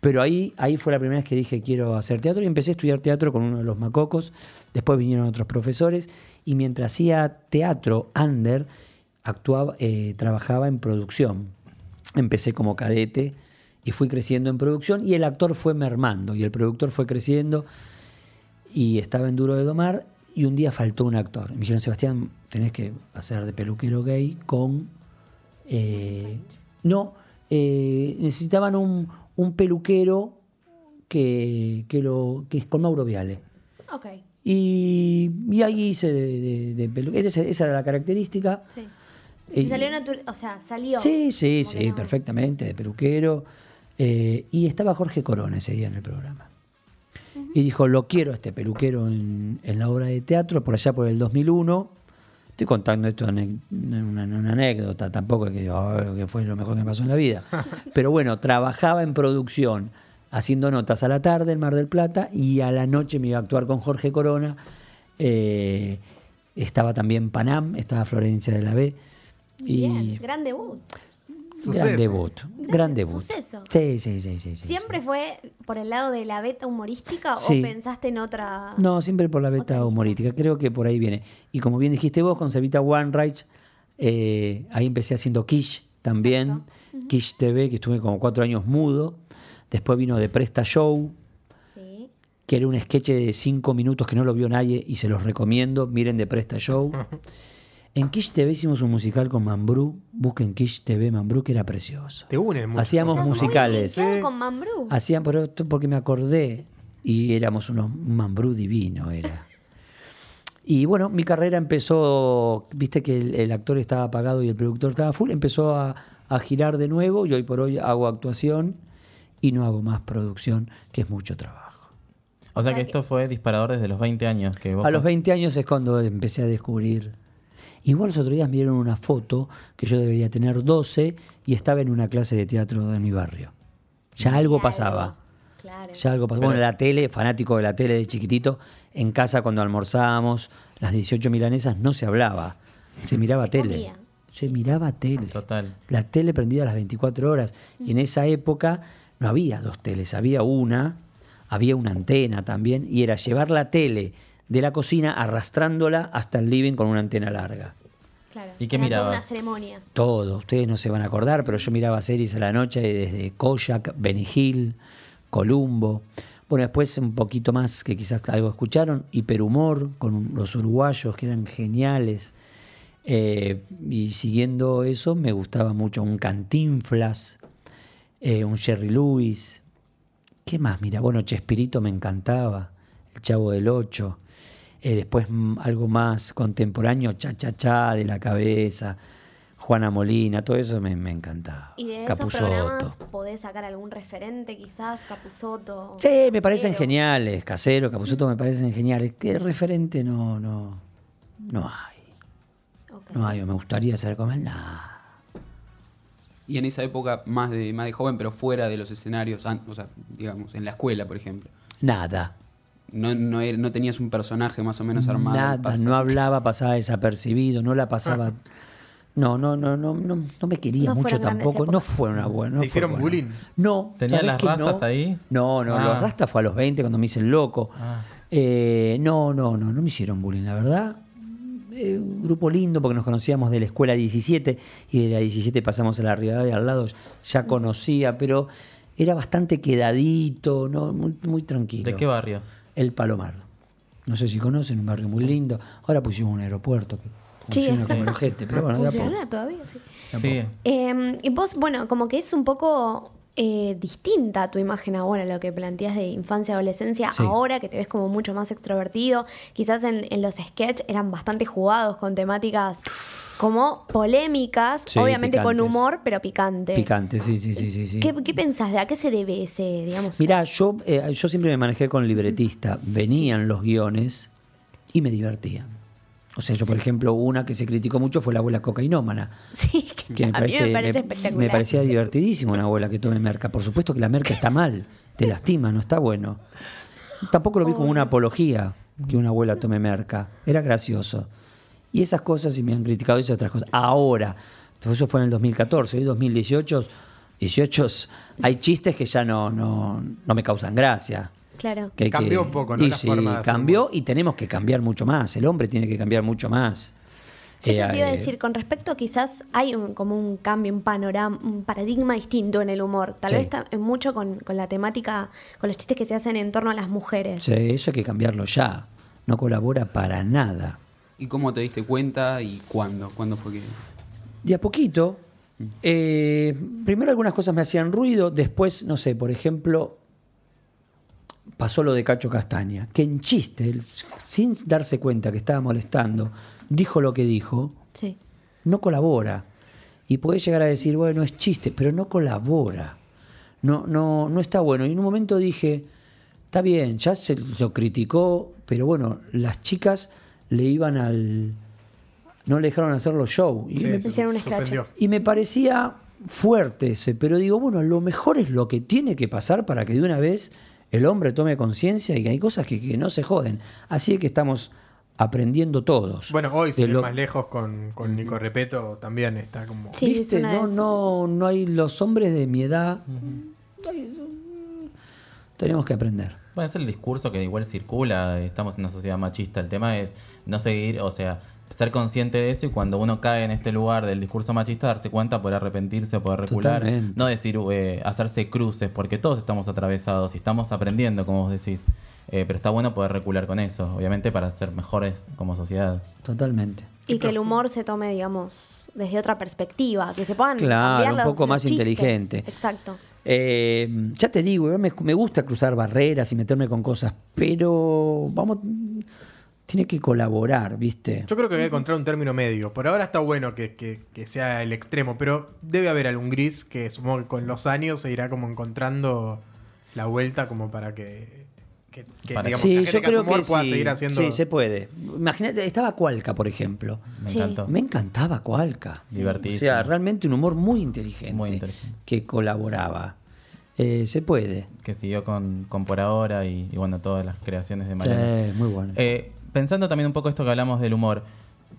Speaker 4: pero ahí, ahí fue la primera vez que dije, quiero hacer teatro, y empecé a estudiar teatro con uno de los macocos, después vinieron otros profesores, y mientras hacía teatro under, actuaba, eh, trabajaba en producción empecé como cadete y fui creciendo en producción y el actor fue mermando y el productor fue creciendo y estaba en Duro de Domar Y un día faltó un actor. Me dijeron, Sebastián, tenés que hacer de peluquero gay con... eh, no, eh, necesitaban un, un peluquero que, que lo, que es con Mauro Viale.
Speaker 2: Ok,
Speaker 4: Y, y ahí hice de, de- de peluquero. Esa, esa era la característica.
Speaker 2: sí.
Speaker 4: Eh,
Speaker 2: Se salió natural, o sea, salió.
Speaker 4: Sí, sí,
Speaker 2: Como
Speaker 4: sí,
Speaker 2: que no-
Speaker 4: perfectamente, de peluquero. Eh, y estaba Jorge Corona ese día en el programa. Y dijo, lo quiero a este peluquero en, en la obra de teatro, por allá por el 2001. Estoy contando esto en una, en una anécdota, tampoco es que, diga, "Oh, que fue lo mejor que me pasó en la vida. Pero bueno, trabajaba en producción, haciendo notas a la tarde en Mar del Plata y a la noche me iba a actuar con Jorge Corona. Eh, estaba también Panam, estaba Florencia de la B.
Speaker 2: Bien,
Speaker 4: Y
Speaker 2: gran debut.
Speaker 1: Suceso.
Speaker 4: Gran debut. Gran debut.
Speaker 2: suceso.
Speaker 4: Sí, sí, sí, sí. sí,
Speaker 2: ¿Siempre fue por el lado de la beta humorística
Speaker 4: Sí.
Speaker 2: o pensaste en otra?
Speaker 4: sí. No, siempre por la beta
Speaker 2: Otra
Speaker 4: humorística. Creo que por ahí viene. Y como bien dijiste vos, con Cevita Wanreich, eh, ahí empecé haciendo Kish también. Kish TV, que estuve como cuatro años mudo. Después vino de Presta Show,
Speaker 2: Sí.
Speaker 4: que era un sketch de cinco minutos que no lo vio nadie y se los recomiendo. Miren de Presta Show. En Kish TV hicimos un musical con Mambrú. Busquen Kish TV Mambrú, que era precioso.
Speaker 1: Te unen mucho.
Speaker 4: Hacíamos
Speaker 1: Estás muy-
Speaker 4: musicales.
Speaker 2: Muy linkeado
Speaker 1: Sí.
Speaker 2: con Mambrú.
Speaker 4: Hacían por esto porque me acordé y éramos unos un mambrú divino era. Y bueno, mi carrera empezó, viste que el, el actor estaba pagado y el productor estaba full, empezó a, a girar de nuevo y hoy por hoy hago actuación y no hago más producción, que es mucho trabajo.
Speaker 3: O sea que
Speaker 2: que-
Speaker 3: esto fue disparador desde los 20 años que vos
Speaker 4: A los
Speaker 3: pas-
Speaker 4: 20 años es cuando empecé a descubrir. Igual los otros días me dieron una foto que yo debería tener 12 y estaba en una clase de teatro de mi barrio. Ya algo
Speaker 2: Claro,
Speaker 4: pasaba.
Speaker 2: Claro.
Speaker 4: Ya algo pasó. Bueno, la tele, fanático de la tele de chiquitito, en casa cuando almorzábamos, las 18 milanesas no se hablaba. Se miraba
Speaker 2: Se
Speaker 4: tele.
Speaker 2: comía.
Speaker 4: Se miraba tele.
Speaker 3: Total.
Speaker 4: La tele prendida las 24 horas. Y en esa época no había dos teles, había una, había una antena también, y era llevar la tele de la cocina arrastrándola hasta el living con una antena larga.
Speaker 2: claro.
Speaker 3: ¿Y qué
Speaker 2: Era toda
Speaker 3: mirabas?
Speaker 2: una ceremonia.
Speaker 4: Todo, ustedes no se van a acordar, pero yo miraba series a la noche desde Koyak, Benny Hill, Columbo. Bueno, después un poquito más que quizás algo escucharon, Hiperhumor con los uruguayos que eran geniales. Eh, y siguiendo eso me gustaba mucho un Cantinflas, eh, un Jerry Lewis. ¿Qué más? Mira, bueno, Chespirito me encantaba, El Chavo del Ocho. Eh, después mm, algo más contemporáneo, Cha Cha Cha de la cabeza, Juana Molina, todo eso me, me encantaba.
Speaker 2: Y de esos programas podés sacar algún referente, quizás, Capuzoto.
Speaker 4: Sí, me parecen
Speaker 2: Casero.
Speaker 4: geniales, Casero, Capuzoto me parecen geniales. ¿Qué referente no, no, no hay?
Speaker 2: Ok.
Speaker 4: No hay, o me gustaría ser como él, nah.
Speaker 5: Y en esa época, más de, más de joven, pero fuera de los escenarios, an- o sea, digamos, en la escuela, por ejemplo.
Speaker 4: nada.
Speaker 5: No, no, er- no tenías un personaje más o menos armado.
Speaker 4: Nada,
Speaker 5: pas-
Speaker 4: no hablaba, pasaba desapercibido, no la pasaba.
Speaker 1: Ah.
Speaker 4: No, no, no, no, no, no me quería
Speaker 2: No
Speaker 4: mucho
Speaker 2: fueron grandes
Speaker 4: tampoco. No
Speaker 2: épocas.
Speaker 4: fue una buena. no
Speaker 1: ¿Te
Speaker 4: fue
Speaker 1: hicieron
Speaker 4: buena.
Speaker 1: bullying?
Speaker 4: No.
Speaker 3: ¿Tenías
Speaker 4: ¿sabés
Speaker 3: las
Speaker 4: que
Speaker 3: rastas
Speaker 4: no?
Speaker 3: ahí?
Speaker 4: No, no,
Speaker 3: Ah.
Speaker 4: los rastas fue a los 20 cuando me hice el loco.
Speaker 3: Ah.
Speaker 4: Eh, no, no, no, no me hicieron bullying, la verdad. Eh, un grupo lindo porque nos conocíamos de la escuela 17 y de la 17 pasamos a la Rivadavia al lado, ya conocía, pero era bastante quedadito, ¿no? muy, muy tranquilo.
Speaker 3: ¿De qué barrio?
Speaker 4: El Palomar. No sé si conocen, un barrio muy lindo. Ahora pusimos un aeropuerto que
Speaker 2: Sí,
Speaker 4: funciona
Speaker 2: es
Speaker 4: como el
Speaker 2: verdad.
Speaker 4: ojete, pero bueno, de a poco.
Speaker 2: ¿Funciona todavía? Sí.
Speaker 3: Sí.
Speaker 2: Eh, y vos, bueno, como que es un poco eh, distinta tu imagen ahora, lo que planteas de infancia, adolescencia,
Speaker 4: Sí.
Speaker 2: ahora que te ves como mucho más extrovertido. Quizás en, en los sketch eran bastante jugados con temáticas como polémicas,
Speaker 4: Sí,
Speaker 2: obviamente con
Speaker 4: picantes.
Speaker 2: humor, pero picante.
Speaker 4: Picante, sí, sí, sí, sí. sí.
Speaker 2: ¿Qué, qué pensás? ¿De a qué se debe ese, digamos?
Speaker 4: Mirá, yo, eh, yo siempre me manejé con libretista. Venían los guiones y me divertían. O sea, yo, por ejemplo, una que se criticó mucho fue la abuela cocainómana.
Speaker 2: Sí, que
Speaker 4: Que
Speaker 2: a
Speaker 4: me parece,
Speaker 2: mí me parece
Speaker 4: me-
Speaker 2: espectacular.
Speaker 4: me parecía divertidísimo una abuela que tome merca. Por supuesto que la merca está mal, te lastima, no está bueno. Tampoco lo vi como una apología que una abuela tome merca. Era gracioso. Y esas cosas, y me han criticado esas otras cosas. Ahora, pero eso fue en el 2014, hoy 2018, 18, hay chistes que ya no, no, no me causan gracia.
Speaker 2: Claro.
Speaker 4: Que hay que-
Speaker 1: Cambió un poco, ¿no?
Speaker 4: Y
Speaker 1: La
Speaker 4: sí,
Speaker 1: forma de hacer
Speaker 4: cambió
Speaker 1: humor.
Speaker 4: y tenemos que cambiar mucho más. El hombre tiene que cambiar mucho más.
Speaker 2: Eso
Speaker 4: Eh,
Speaker 2: te iba a
Speaker 4: eh,
Speaker 2: decir, con respecto quizás hay un- como un cambio, un panorama, un paradigma distinto en el humor. Tal
Speaker 4: Sí.
Speaker 2: vez ta- eh, mucho con, con la temática, con los chistes que se hacen en torno a las mujeres.
Speaker 4: Sí, eso hay que cambiarlo ya. no colabora para nada.
Speaker 5: ¿Y cómo te diste cuenta y cuándo? ¿Cuándo fue que...?
Speaker 4: De a poquito, eh, primero algunas cosas me hacían ruido, después, no sé, por ejemplo, pasó lo de Cacho Castaña, que en chiste, él, sin darse cuenta que estaba molestando, dijo lo que dijo,
Speaker 2: Sí.
Speaker 4: no colabora. Y podés llegar a decir, bueno, es chiste, pero no colabora. No, no, no está bueno. Y en un momento dije, está bien, ya se lo criticó, pero bueno, las chicas le iban al. No le dejaron hacer los shows. Y,
Speaker 1: Sí,
Speaker 4: me,
Speaker 1: se-
Speaker 2: hicieron un
Speaker 1: suspendió.
Speaker 4: y me parecía fuerte ese, pero digo, bueno, lo mejor es lo que tiene que pasar para que de una vez el hombre tome conciencia y que hay cosas que, que no se joden. Así es que estamos aprendiendo todos.
Speaker 1: Bueno, hoy, si
Speaker 4: de
Speaker 1: ven
Speaker 4: lo-
Speaker 1: más lejos con, con Nico Repeto, también está como.
Speaker 2: Sí,
Speaker 4: ¿Viste?
Speaker 2: es una
Speaker 4: No,
Speaker 2: de-
Speaker 4: no, no hay los hombres de mi edad. Ay, mm, Tenemos que aprender.
Speaker 3: Bueno, es el discurso que igual circula, estamos en una sociedad machista, el tema es no seguir, o sea, ser consciente de eso y cuando uno cae en este lugar del discurso machista, darse cuenta, poder arrepentirse, poder recular,
Speaker 4: Totalmente.
Speaker 3: no decir, eh, hacerse cruces, porque todos estamos atravesados y estamos aprendiendo, como vos decís, Eh, pero está bueno poder recular con eso, obviamente para ser mejores como sociedad.
Speaker 4: Totalmente.
Speaker 2: Y que el humor se tome, digamos, desde otra perspectiva, que se puedan
Speaker 4: Claro,
Speaker 2: cambiar
Speaker 4: un
Speaker 2: los-
Speaker 4: poco
Speaker 2: los
Speaker 4: más
Speaker 2: chistes.
Speaker 4: inteligente.
Speaker 2: Exacto.
Speaker 4: Eh, ya te digo, igual me, me gusta cruzar barreras y meterme con cosas, pero vamos, tiene que colaborar, ¿viste?
Speaker 1: Yo creo que voy a encontrar un término medio. Por ahora está bueno que, que- que sea el extremo, pero debe haber algún gris que supongo que con los años se irá como encontrando la vuelta como para que, que, que,
Speaker 3: Para-
Speaker 1: digamos,
Speaker 4: sí,
Speaker 1: la
Speaker 4: yo
Speaker 1: gente hace
Speaker 4: creo
Speaker 1: humor
Speaker 4: que
Speaker 1: pueda
Speaker 4: sí.
Speaker 1: seguir haciendo.
Speaker 4: Sí, se puede. Imagínate, estaba Cualca, por ejemplo.
Speaker 3: Me
Speaker 2: Sí.
Speaker 3: encantó.
Speaker 4: Me encantaba Cualca.
Speaker 3: Divertidísimo.
Speaker 4: O sea, realmente un humor muy inteligente,
Speaker 3: Muy inteligente.
Speaker 4: que colaboraba. Eh, se puede.
Speaker 3: Que siguió con, con por ahora y, y bueno, todas las creaciones de
Speaker 4: Sí,
Speaker 3: Mariana.
Speaker 4: muy bueno.
Speaker 3: Eh, pensando también un poco esto que hablamos del humor,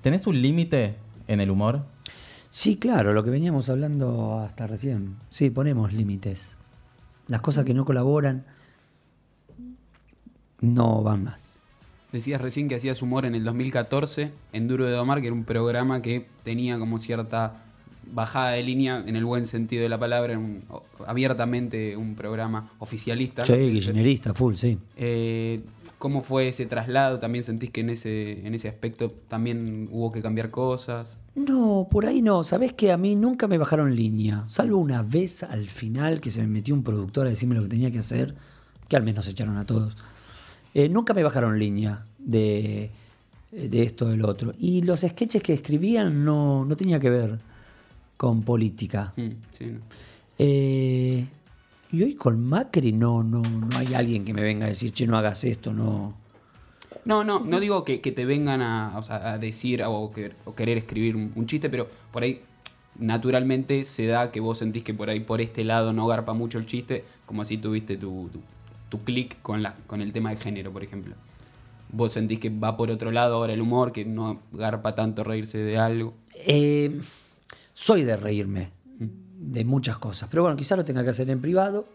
Speaker 3: ¿tenés un límite en el humor?
Speaker 4: Sí, claro, lo que veníamos hablando hasta recién. Sí, ponemos límites. Las cosas que no colaboran no van más.
Speaker 5: Decías recién que hacías humor en el 2014 en Duro de Domar, que era un programa que tenía como cierta bajada de línea en el buen sentido de la palabra, era un- o- abiertamente un programa oficialista.
Speaker 4: Sí, kirchnerista, full, sí.
Speaker 5: Eh, ¿Cómo fue ese traslado? ¿También sentís que en ese, en ese aspecto también hubo que cambiar cosas?
Speaker 4: No, por ahí no. Sabés que a mí nunca me bajaron línea. Salvo una vez al final que se me metió un productor a decirme lo que tenía que hacer, que al menos echaron a todos. Eh, nunca me bajaron línea de, de esto, del otro. Y los sketches que escribían no, no tenía que ver con política.
Speaker 5: Mm, sí, ¿no?
Speaker 4: Eh, y hoy con Macri no, no, no hay alguien que me venga a decir, che, no hagas esto, no.
Speaker 5: No, no, no digo que, que te vengan a, o sea, a decir o, que- o querer escribir un, un chiste, pero por ahí naturalmente se da que vos sentís que por ahí por este lado no garpa mucho el chiste, como así tuviste tu, tu, tu clic con, la- con el tema de género, por ejemplo. Vos sentís que va por otro lado ahora el humor, que no garpa tanto reírse de algo.
Speaker 4: Eh, soy de reírme de muchas cosas, pero bueno, quizás lo tenga que hacer en privado,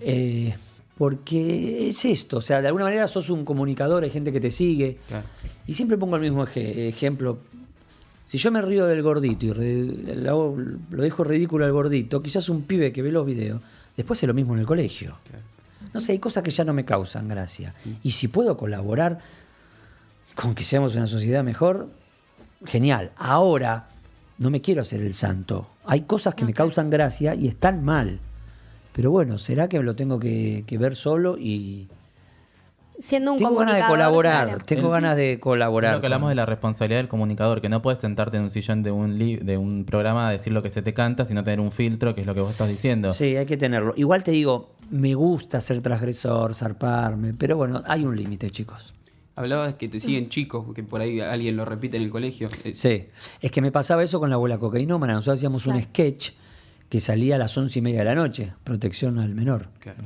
Speaker 4: eh, porque es esto, o sea, de alguna manera sos un comunicador, hay gente que te sigue,
Speaker 5: Claro.
Speaker 4: y siempre pongo el mismo eje- ejemplo. Si yo me río del gordito y re- lo, hago- lo dejo ridículo al gordito, quizás un pibe que ve los videos, después es lo mismo en el colegio. No sé, hay cosas que ya no me causan gracia. Y si puedo colaborar con que seamos una sociedad mejor, genial. Ahora, no me quiero hacer el santo. Hay cosas que me causan gracia y están mal. Pero bueno, ¿será que lo tengo que, que ver solo? Y
Speaker 2: Siendo un
Speaker 4: tengo ganas de
Speaker 2: comunicador,
Speaker 4: colaborar.
Speaker 2: claro.
Speaker 4: Tengo
Speaker 3: El-
Speaker 4: ganas de colaborar.
Speaker 3: Lo que hablamos
Speaker 4: con-
Speaker 3: de la responsabilidad del comunicador, que no puedes sentarte en un sillón de un, li- de un programa a decir lo que se te canta, sino tener un filtro, que es lo que vos estás diciendo.
Speaker 4: Sí, hay que tenerlo. Igual te digo, me gusta ser transgresor, zarparme, pero bueno, hay un límite, chicos.
Speaker 5: Hablabas que te siguen chicos, que por ahí alguien lo repite en el colegio. Eh,
Speaker 4: Sí, es que me pasaba eso con la abuela cocainómana. Nosotros hacíamos un sketch que salía a las once y media de la noche, protección al menor.
Speaker 5: claro.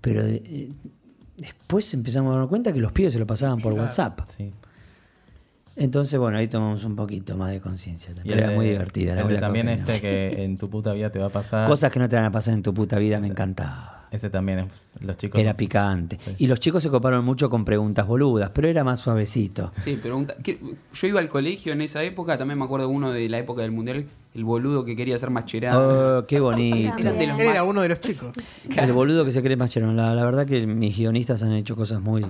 Speaker 4: Pero eh, después empezamos a dar cuenta que los pibes se lo pasaban por WhatsApp.
Speaker 3: Sí.
Speaker 4: Entonces, bueno, ahí tomamos un poquito más de conciencia.
Speaker 3: Y
Speaker 4: Pero
Speaker 3: el
Speaker 4: era
Speaker 3: de-
Speaker 4: muy divertida
Speaker 3: el
Speaker 4: la
Speaker 3: de
Speaker 4: abuela
Speaker 3: también
Speaker 4: cocainómana.
Speaker 3: este que en tu puta vida te va a pasar.
Speaker 4: Cosas que no te van a pasar en tu puta vida, me encantaba.
Speaker 3: Ese también es los chicos.
Speaker 4: Era picante.
Speaker 3: Sí.
Speaker 4: Y los chicos se coparon mucho con preguntas boludas, pero era más suavecito.
Speaker 5: Sí, pregunta. que- Yo iba al colegio en esa época, también me acuerdo uno de la época del mundial, el boludo que quería ser macherado.
Speaker 4: Oh, qué bonito.
Speaker 2: Eran de
Speaker 1: Él
Speaker 2: los
Speaker 1: era
Speaker 5: más-
Speaker 1: uno de los chicos.
Speaker 4: El boludo que se cree más cherón. La, la verdad que mis guionistas han hecho cosas muy,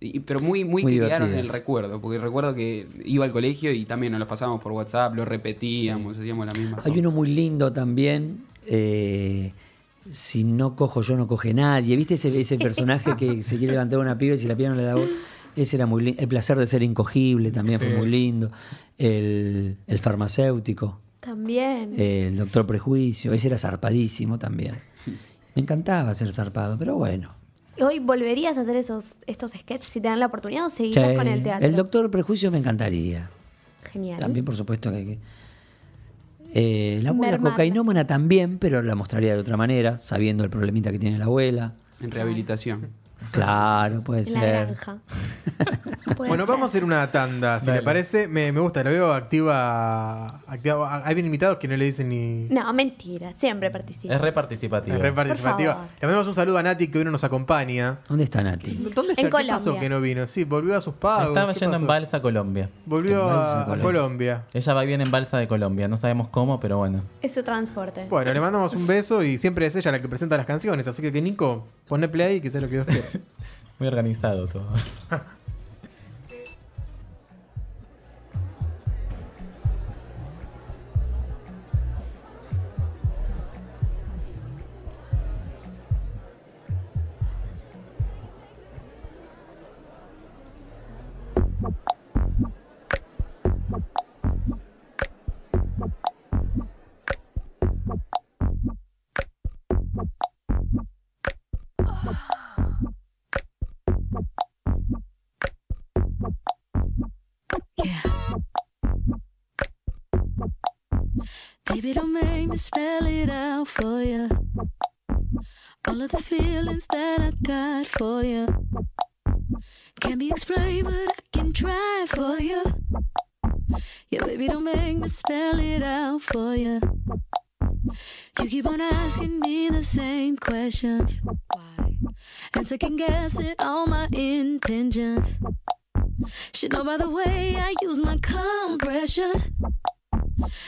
Speaker 5: Y- pero muy, muy,
Speaker 4: Muy
Speaker 5: que quedaron en el
Speaker 4: divertidas.
Speaker 5: recuerdo, porque recuerdo que iba al colegio y también nos los pasábamos por WhatsApp, lo repetíamos, hacíamos la misma.
Speaker 4: Hay uno muy lindo también. eh, si no cojo yo, no coge nadie. ¿Viste ese, ese personaje que se quiere levantar a una piba y si la piba no le da gol? Ese era muy lindo. El placer de ser incogible también fue muy lindo. El, el farmacéutico,
Speaker 2: También.
Speaker 4: el doctor prejuicio, ese era zarpadísimo también. Me encantaba ser zarpado, pero bueno.
Speaker 2: ¿Hoy volverías a hacer esos estos sketches si te dan la oportunidad o seguirías
Speaker 4: Sí,
Speaker 2: con el teatro?
Speaker 4: el doctor prejuicio me encantaría.
Speaker 2: Genial.
Speaker 4: También, por supuesto, que. que- Eh, la abuela
Speaker 2: Mermata.
Speaker 4: cocainómana también, pero la mostraría de otra manera, sabiendo el problemita que tiene la abuela.
Speaker 5: En rehabilitación.
Speaker 4: Claro, puede
Speaker 2: En la
Speaker 4: ser.
Speaker 2: granja. Puede
Speaker 1: Bueno,
Speaker 2: ser.
Speaker 1: vamos a hacer una tanda, si le parece. Me, me gusta, la veo activa. activa. Hay bien invitados que no le dicen ni.
Speaker 2: No, mentira. Siempre participo.
Speaker 3: Es reparticipativo.
Speaker 1: Es re participativa.
Speaker 2: favor.
Speaker 1: Le mandamos un saludo a Nati que hoy no nos acompaña.
Speaker 4: ¿Dónde está Nati?
Speaker 1: ¿Dónde está?
Speaker 2: En
Speaker 1: ¿Qué
Speaker 2: Colombia.
Speaker 1: pasó que no vino? Sí, volvió a sus pagos.
Speaker 3: Estaba
Speaker 1: ¿Qué
Speaker 3: yendo
Speaker 1: pasó?
Speaker 3: en balsa a Colombia.
Speaker 1: Volvió
Speaker 4: En balsa,
Speaker 1: a, a
Speaker 4: Colombia.
Speaker 1: Colombia.
Speaker 3: Ella va bien en balsa de Colombia, no sabemos cómo, pero bueno.
Speaker 2: Es su transporte.
Speaker 1: Bueno, le mandamos un beso y siempre es ella la que presenta las canciones. Así que, que Nico, pone play y que sea lo que Dios quiera.
Speaker 3: Muy organizado todo.
Speaker 6: Baby, don't make me spell it out for you. All of the feelings that I got for you can't be explained, but I can try for you. Yeah, baby, don't make me spell it out for you. You keep on asking me the same questions. Why? And second guessing all my intentions. Should know by the way I use my compression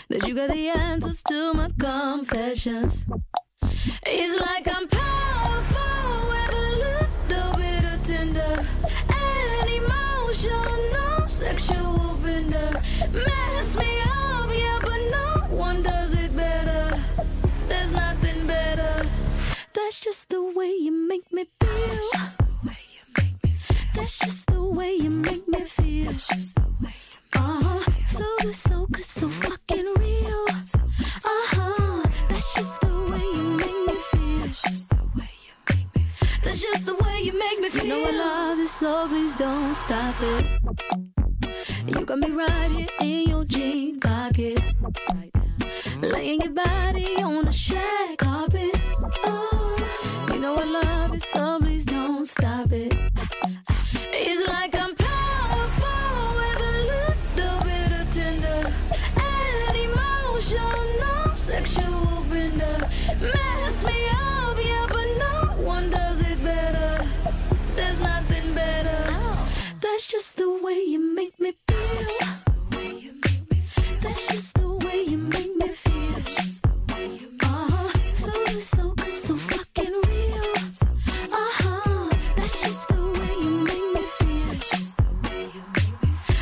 Speaker 6: that you got the answers to my confessions. It's like I'm powerful with a little bit of tender and emotional sexual bender. Mess me up, yeah, but no one does it better. There's nothing better. That's just the way you make me feel. That's just the way you make me feel. That's just the way you make me feel. Uh-huh. So good, so good, so fucking real. Uh-huh. That's just the way you make me feel. That's just the way you make me feel. That's just the way you make me feel. You know I love you, so please don't stop it. You got me right here in your jean pocket. Right now. Laying your body on the shag carpet. Oh, you know I love you, so please don't stop it. It's like I'm powerful with a little bit of tender and emotional sexual bender. Mess me up, yeah, but no one does it better. There's nothing better. That's just the way you make me feel. That's just the way you make me feel. That's just the way you make me feel. Uh-huh. So good, so good, so fucking real. Uh-huh. That's just the way you make me feel.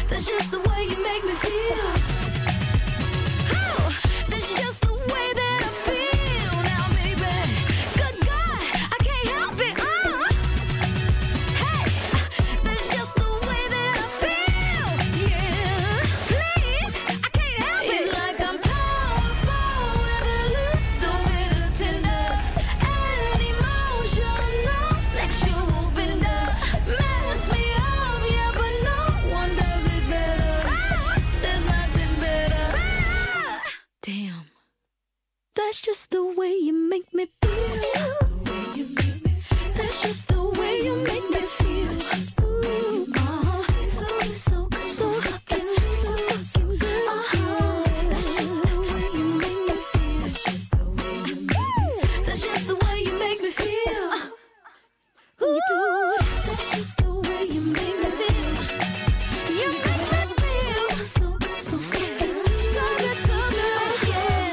Speaker 6: That's just the way you make me feel. Oh, that's just the way that I feel now, baby. Good God, I can't help it. Uh. Hey, that's just the way that I feel. Yeah, please, I can't help it. It's like I'm powerful with a little bit of tender and emotional sexual bender. Mess me up, yeah, but no one does it better. There's nothing better. Damn. That's just the way you make me feel. That's just the way you make me feel. Uh-huh. So good, so good, so fucking, so fucking good. Uh-huh. That's just the way you make me feel. That's just the way you make me feel. You do. That's just the way you make me feel. You make me feel so good, so fucking, so good, so good, yeah.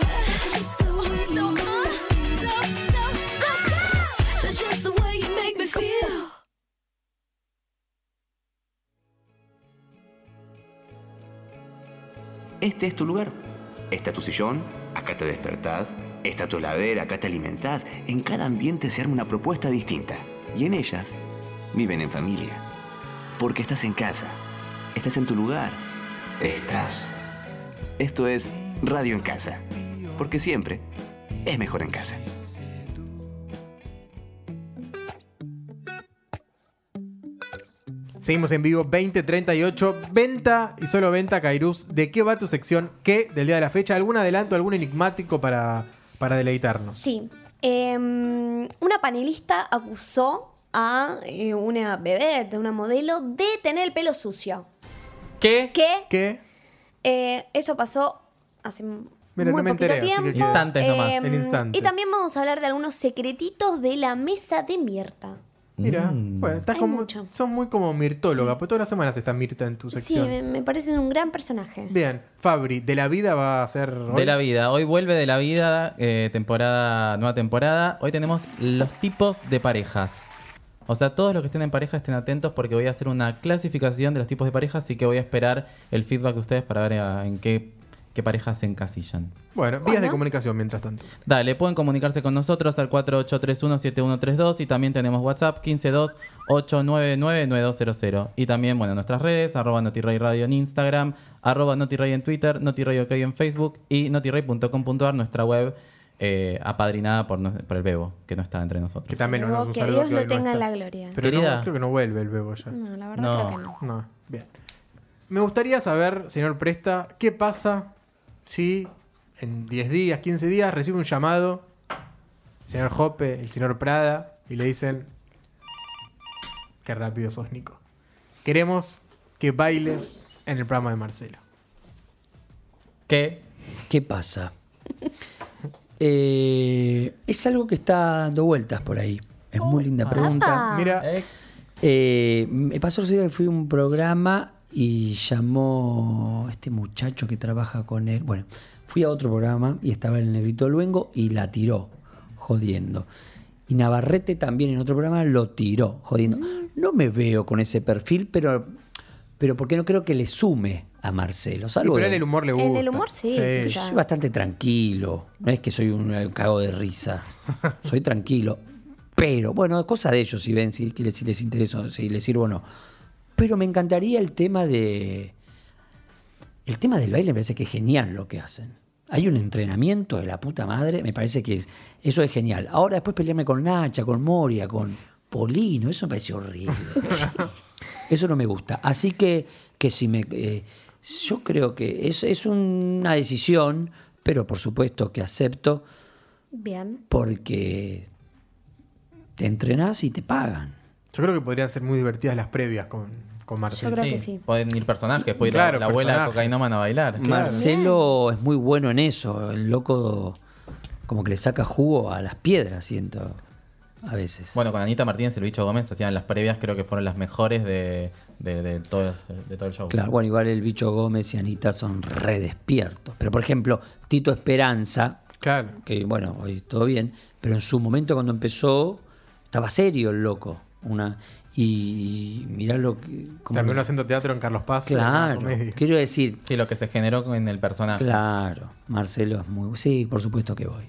Speaker 6: So so uh, so so so good. That's just the way you make me feel.
Speaker 7: Este es tu lugar. Está tu sillón, acá te despertás, está tu heladera, acá te alimentás. En cada ambiente se arma una propuesta distinta. Y en ellas viven en familia. Porque estás en casa, estás en tu lugar, estás. Esto es Radio en Casa. Porque siempre es mejor en casa.
Speaker 1: Seguimos en vivo 2038. Venta y solo venta, Kairus. ¿De qué va tu sección? ¿Qué del día de la fecha? ¿Algún adelanto, algún enigmático para, para deleitarnos?
Speaker 2: Sí. Eh, una panelista acusó a eh, una bebé, una modelo, de tener el pelo sucio.
Speaker 5: ¿Qué?
Speaker 2: ¿Qué?
Speaker 1: ¿Qué?
Speaker 2: Eh, eso pasó hace
Speaker 1: Mira, no
Speaker 2: muy
Speaker 1: me
Speaker 2: poquito
Speaker 1: enteré, así que
Speaker 2: tiempo. Em,
Speaker 1: quiero-
Speaker 3: Instantes nomás,
Speaker 1: en instantes.
Speaker 2: Y también vamos a hablar de algunos secretitos de la mesa de Mierta.
Speaker 1: Mira,
Speaker 3: Mm.
Speaker 1: bueno, estás
Speaker 2: Hay
Speaker 1: como,
Speaker 2: mucho.
Speaker 1: son muy como mirtóloga, pues todas las semanas está Mirta en tu
Speaker 2: Sí,
Speaker 1: sección.
Speaker 2: me, me parece un gran personaje.
Speaker 1: Bien, Fabri, de la vida va a ser hoy?
Speaker 3: De la vida. Hoy vuelve de la vida, eh, temporada, nueva temporada. Hoy tenemos los tipos de parejas. O sea, todos los que estén en pareja estén atentos porque voy a hacer una clasificación de los tipos de parejas, así que voy a esperar el feedback de ustedes para ver eh, en qué, qué parejas se encasillan.
Speaker 1: Bueno, vías de
Speaker 2: Bueno.
Speaker 1: comunicación mientras tanto.
Speaker 3: Dale, pueden comunicarse con nosotros al 4831-7132 y también tenemos WhatsApp 152-899-9200. Y también, bueno, nuestras redes, arroba NotiRay Radio en Instagram, arroba NotiRay en Twitter, NotiRay OK en Facebook y notiray.com.ar, nuestra web eh, apadrinada por, nos- por el Bebo, que no está entre nosotros.
Speaker 1: Que también nos
Speaker 2: Pero
Speaker 1: das un
Speaker 2: que
Speaker 1: saludo.
Speaker 2: Dios
Speaker 1: que
Speaker 2: lo
Speaker 1: hoy no
Speaker 2: tenga en
Speaker 1: está.
Speaker 2: la gloria. Mm.
Speaker 1: Pero no,
Speaker 3: Querida.
Speaker 1: creo que no vuelve el bebo ya.
Speaker 2: No, la verdad
Speaker 3: No.
Speaker 2: creo que no.
Speaker 1: No, bien. Me gustaría saber, señor Presta, qué pasa si en 10 días, 15 días recibe un llamado el señor Jope, el señor Prada, y le dicen, qué rápido sos, Nico. Queremos que bailes en el programa de Marcelo.
Speaker 3: ¿Qué?
Speaker 4: ¿Qué pasa? Eh, es algo que está dando vueltas por ahí. Es muy linda pregunta.
Speaker 2: Ah.
Speaker 1: Mira,
Speaker 4: Eh, me pasó el otro día que fui a un programa y llamó este muchacho que trabaja con él. Bueno, fui a otro programa y estaba el negrito Luengo y la tiró, jodiendo. Y Navarrete también en otro programa lo tiró, jodiendo. No me veo con ese perfil, pero, pero porque no creo que le sume a Marcelo. Salvo
Speaker 1: pero en
Speaker 4: de-
Speaker 1: el humor le gusta.
Speaker 2: En el humor sí,
Speaker 4: yo
Speaker 2: quizá.
Speaker 4: soy bastante tranquilo. No es que soy un eh, cago de risa. Soy tranquilo. Pero, bueno, es cosa de ellos si ven si, que les- si les interesa, o si les sirvo o no. Pero me encantaría el tema de. El tema del baile me parece que es genial lo que hacen. Hay un entrenamiento de la puta madre, me parece que es, eso es genial. Ahora después pelearme con Nacha, con Moria, con Polino, eso me parece horrible. Eso no me gusta. Así que, que si me. eh, yo creo que es, es una decisión, pero por supuesto que acepto
Speaker 2: Bien.
Speaker 4: porque te entrenás y te pagan.
Speaker 1: Yo creo que podrían ser muy divertidas las previas con, con Marcelo.
Speaker 2: Yo creo que sí.
Speaker 3: Pueden ir personajes, puede ir la-
Speaker 1: Claro,
Speaker 3: la, abuela
Speaker 1: personajes. Mm.
Speaker 3: cocainómana a bailar.
Speaker 4: Marcelo es muy bueno en eso. El loco, como que le saca jugo a las piedras, siento, a veces.
Speaker 3: Bueno, con Anita Martínez y el bicho Gómez hacían las previas, creo que fueron las mejores de, de- de todo, ese- de todo el show.
Speaker 4: Claro, bueno, igual el bicho Gómez y Anita son redespiertos. Pero por ejemplo, Tito Esperanza,
Speaker 1: Claro.
Speaker 4: que bueno, hoy todo bien, pero en su momento cuando empezó estaba serio el loco. Una, y, y mirá lo que... como
Speaker 1: También
Speaker 4: que-
Speaker 1: haciendo teatro en Carlos Paz.
Speaker 4: claro,
Speaker 1: en la comedia.
Speaker 4: quiero decir,
Speaker 3: Sí, lo que se generó en el personaje.
Speaker 4: claro, Marcelo es muy... Sí, por supuesto que voy.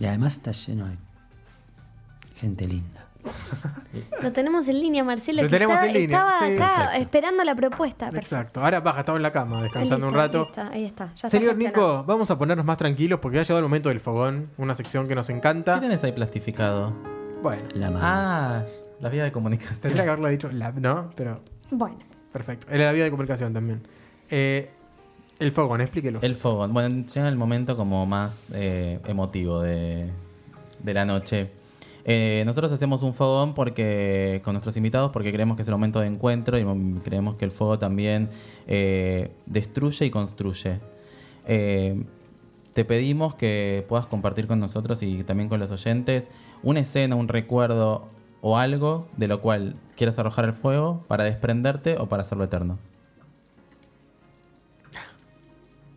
Speaker 4: Y además está lleno de gente linda.
Speaker 2: Lo tenemos en línea, Marcelo.
Speaker 1: Lo
Speaker 2: que
Speaker 1: tenemos
Speaker 2: está-
Speaker 1: en línea,
Speaker 2: Estaba
Speaker 1: sí.
Speaker 2: acá
Speaker 1: Perfecto.
Speaker 2: esperando la propuesta. Perfecto.
Speaker 1: Exacto. Ahora baja, estaba en la cama descansando
Speaker 2: Listo,
Speaker 1: un rato.
Speaker 2: listo, ahí está. ya
Speaker 1: Señor
Speaker 2: está gestionado.
Speaker 1: Nico, vamos a ponernos más tranquilos porque ha llegado el momento del fogón, una sección que nos
Speaker 3: ¿Qué
Speaker 1: encanta.
Speaker 3: tenés ahí plastificado?
Speaker 1: Bueno,
Speaker 4: La mano.
Speaker 3: Ah, la vía de comunicación.
Speaker 1: tendría que haberlo dicho, la- ¿no? Pero
Speaker 2: Bueno,
Speaker 1: perfecto. Era la vía de comunicación también. Eh, el fogón, explíquelo.
Speaker 3: El fogón. Bueno, llega el momento como más eh, emotivo de, de la noche. Eh, nosotros hacemos un fogón porque con nuestros invitados porque creemos que es el momento de encuentro y mm, creemos que el fuego también eh, destruye y construye. Eh, te pedimos que puedas compartir con nosotros y también con los oyentes una escena, un recuerdo o algo de lo cual quieras arrojar el fuego para desprenderte o para hacerlo eterno.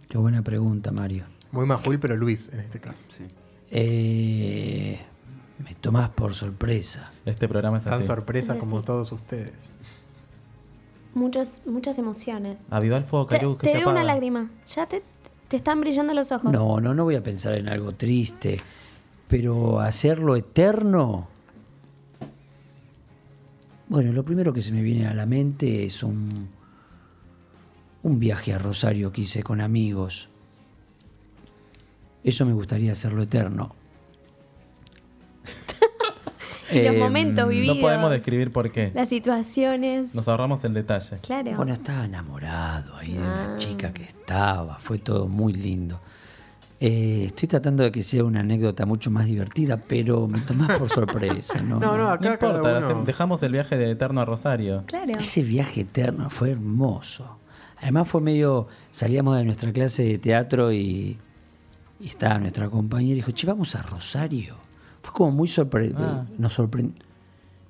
Speaker 4: Qué buena pregunta, Mario.
Speaker 1: Muy majul, pero Luis en este caso.
Speaker 4: Eh, me tomás por sorpresa. Ah,
Speaker 3: Este programa es
Speaker 1: Tan
Speaker 3: así.
Speaker 1: sorpresa
Speaker 2: Es
Speaker 1: como
Speaker 2: así.
Speaker 1: todos ustedes.
Speaker 2: Muchos, muchas emociones.
Speaker 3: Aviva el fuego,
Speaker 2: Te,
Speaker 3: Cariú, que
Speaker 2: te
Speaker 3: se
Speaker 2: veo una
Speaker 3: apaga.
Speaker 2: lágrima. Ya te, te están brillando los ojos.
Speaker 4: No, no, no voy a pensar en algo triste. Pero hacerlo eterno. Bueno, lo primero que se me viene a la mente es un, un viaje a Rosario que hice con amigos. Eso me gustaría hacerlo eterno.
Speaker 2: Y los
Speaker 4: Em,
Speaker 2: momentos vividos.
Speaker 3: eh, Mm, No podemos describir por qué.
Speaker 2: Las situaciones.
Speaker 3: Nos ahorramos el detalle.
Speaker 2: Claro.
Speaker 4: Bueno, estaba enamorado ahí de una
Speaker 2: Ah.
Speaker 4: chica que estaba, fue todo muy lindo. Eh, estoy tratando de que sea una anécdota mucho más divertida, pero me tomás por sorpresa, ¿no?
Speaker 1: No, no,
Speaker 3: No
Speaker 1: acá cada
Speaker 3: importa,
Speaker 1: uno-
Speaker 3: hace- dejamos el viaje de Eterno a Rosario.
Speaker 2: claro.
Speaker 4: Ese viaje eterno fue hermoso. Además fue medio, salíamos de nuestra clase de teatro y, y estaba nuestra compañera y dijo, che, vamos a Rosario. Fue como muy sorprendente.
Speaker 3: Ah.
Speaker 4: Nos sorprendió.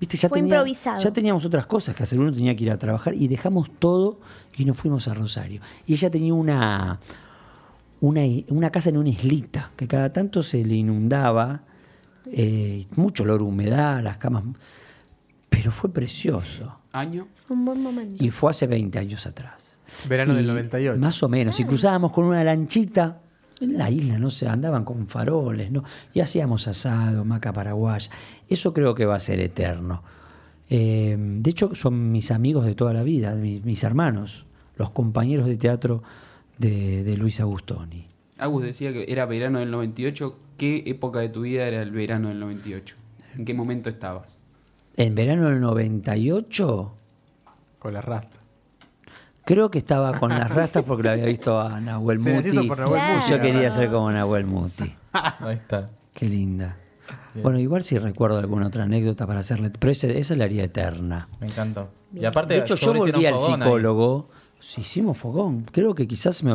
Speaker 4: Viste, ya,
Speaker 2: Fue
Speaker 4: tenía-
Speaker 2: improvisado.
Speaker 4: ya teníamos otras cosas que hacer, uno tenía que ir a trabajar y dejamos todo y nos fuimos a Rosario. Y ella tenía una, una, i- una casa en una islita que cada tanto se le inundaba, eh, mucho olor a humedad, las camas, pero fue precioso.
Speaker 5: Año.
Speaker 2: Fue un buen momento.
Speaker 4: Y fue hace 20 años atrás.
Speaker 1: Verano del
Speaker 4: Y
Speaker 1: 98.
Speaker 4: Más o menos. Y cruzábamos con una lanchita en la isla, no sé, andaban con faroles, ¿no? Y hacíamos asado, maca paraguaya. Eso creo que va a ser eterno. Eh, de hecho, son mis amigos de toda la vida, mis, mis hermanos, los compañeros de teatro de, de Luis Agustoni.
Speaker 5: Agus decía que era verano del 98. ¿Qué época de tu vida era el verano del 98? ¿En qué momento estabas?
Speaker 4: En verano del 98,
Speaker 1: Con la rastas.
Speaker 4: creo que estaba con las rastas porque lo había visto a Nahuel
Speaker 1: Se
Speaker 4: Muti.
Speaker 1: hizo por Nahuel
Speaker 2: Claro.
Speaker 1: Muti,
Speaker 4: Yo
Speaker 1: la
Speaker 4: quería
Speaker 1: verdad.
Speaker 4: ser como Nahuel Muti.
Speaker 3: Ahí está.
Speaker 4: Qué linda. Bueno, igual si recuerdo alguna otra anécdota para hacerle, pero ese- esa la haría eterna.
Speaker 3: Me encantó. Y aparte,
Speaker 4: De hecho, yo
Speaker 3: sobre
Speaker 4: volví
Speaker 3: hicieron
Speaker 4: al
Speaker 3: fogón ahí.
Speaker 4: psicólogo. Sí, Hicimos fogón. Creo que quizás me.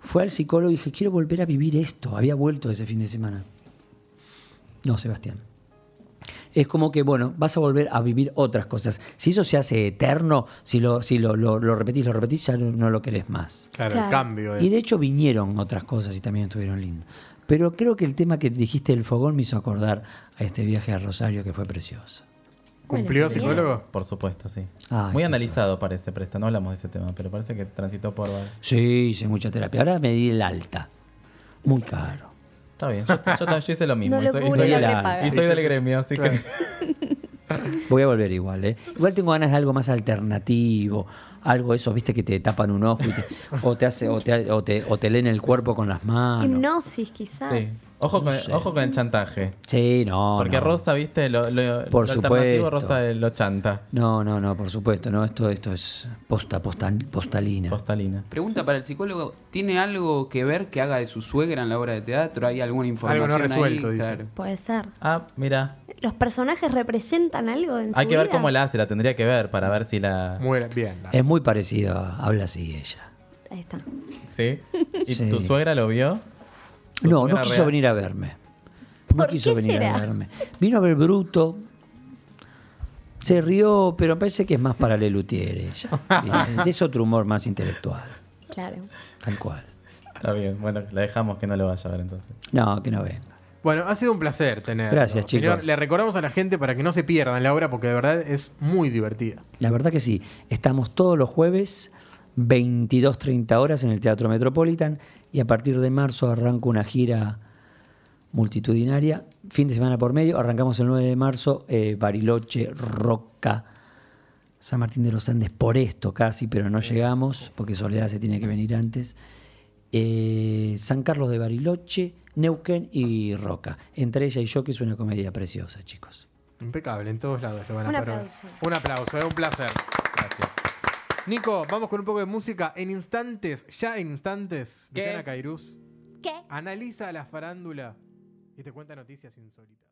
Speaker 4: Fue al psicólogo y dije, quiero volver a vivir esto. Había vuelto ese fin de semana. No, Sebastián. Es como que, bueno, vas a volver a vivir otras cosas. Si eso se hace eterno, si lo, si lo, lo- lo repetís, lo repetís, ya no, no lo querés más.
Speaker 1: Claro,
Speaker 2: Claro.
Speaker 1: el cambio. es-
Speaker 4: Y de hecho vinieron otras cosas y también estuvieron lindas. Pero creo que el tema que dijiste del fogón me hizo acordar a este viaje a Rosario que fue precioso.
Speaker 1: ¿Cumplió
Speaker 2: Bueno,
Speaker 1: psicólogo?
Speaker 3: Por supuesto, sí.
Speaker 4: Ah,
Speaker 3: Muy
Speaker 4: qué
Speaker 3: analizado parece, Presta. No hablamos de ese tema, pero parece que transitó por...
Speaker 4: Sí, hice mucha terapia. Ahora me di el alta. Muy caro.
Speaker 3: Está bien, yo, yo también hice lo mismo.
Speaker 2: No
Speaker 3: y soy, y
Speaker 2: lo
Speaker 3: soy
Speaker 2: cubre la
Speaker 4: el-
Speaker 2: prepaga.
Speaker 3: y soy del gremio, así que...
Speaker 4: Voy a volver igual, ¿eh? Igual tengo ganas de algo más alternativo, algo de eso, viste, que te tapan un ojo y te- o, te hace, o, te, o, te, o te leen el cuerpo con las manos.
Speaker 2: Hipnosis, quizás.
Speaker 3: ah, Sí. Ojo, con,
Speaker 4: sé.
Speaker 3: ojo con el chantaje.
Speaker 4: Sí, no.
Speaker 3: Porque
Speaker 4: no.
Speaker 3: Rosa, viste, lo, lo-
Speaker 4: Por
Speaker 3: lo alternativo
Speaker 4: supuesto.
Speaker 3: Rosa eh, lo chanta.
Speaker 4: No, no, no, por supuesto, no. Esto, esto es posta, posta, postalina.
Speaker 3: Postalina.
Speaker 5: Pregunta para el psicólogo, ¿tiene algo que ver que haga de su suegra en la obra de teatro? ¿Hay alguna información ahí?
Speaker 1: resuelto, dice.
Speaker 5: Claro.
Speaker 2: Puede ser.
Speaker 3: Ah, mira.
Speaker 2: ¿Los personajes representan algo en su
Speaker 3: Hay que ver
Speaker 2: vida?
Speaker 3: cómo la hace, la tendría que ver para ver si la...
Speaker 1: Muy bien. la-
Speaker 4: Es muy parecido, a- habla así ella.
Speaker 2: Ahí está.
Speaker 3: ¿Sí? ¿Y
Speaker 4: Sí.
Speaker 3: tu suegra lo vio? ¿Tu
Speaker 4: No, no
Speaker 3: suegra
Speaker 4: quiso
Speaker 3: real?
Speaker 4: venir a verme. No
Speaker 2: ¿Por
Speaker 4: quiso
Speaker 2: qué
Speaker 4: venir
Speaker 2: será?
Speaker 4: a verme. Vino a ver Bruto. Se rió, pero parece que es más para Lelutier ella. ¿viste? es otro humor más intelectual,
Speaker 2: Claro.
Speaker 4: tal cual.
Speaker 3: Está bien, bueno, la dejamos que no lo vaya a ver entonces.
Speaker 4: No, que no venga.
Speaker 1: Bueno, ha sido un placer tener.
Speaker 4: Gracias, chicos.
Speaker 1: le recordamos a la gente para que no se pierdan la obra porque de verdad es muy divertida.
Speaker 4: La verdad que sí, estamos todos los jueves 22.30 horas en el Teatro Metropolitan y a partir de marzo arranca una gira multitudinaria, fin de semana por medio, arrancamos el 9 de marzo, eh, Bariloche, Roca, San Martín de los Andes, por esto casi, pero no llegamos, porque Soledad se tiene que venir antes, Eh, San Carlos de Bariloche, Neuquén y Roca, entre ella y yo, que es una comedia preciosa, chicos.
Speaker 1: Impecable, en todos lados lo van a
Speaker 2: Un
Speaker 1: parar.
Speaker 2: aplauso.
Speaker 1: Un aplauso, es un placer. Gracias. Nico, vamos con un poco de música. En instantes, ya en instantes, Luciana Cairuz
Speaker 2: ¿Qué?
Speaker 1: analiza la farándula y te cuenta noticias insólitas.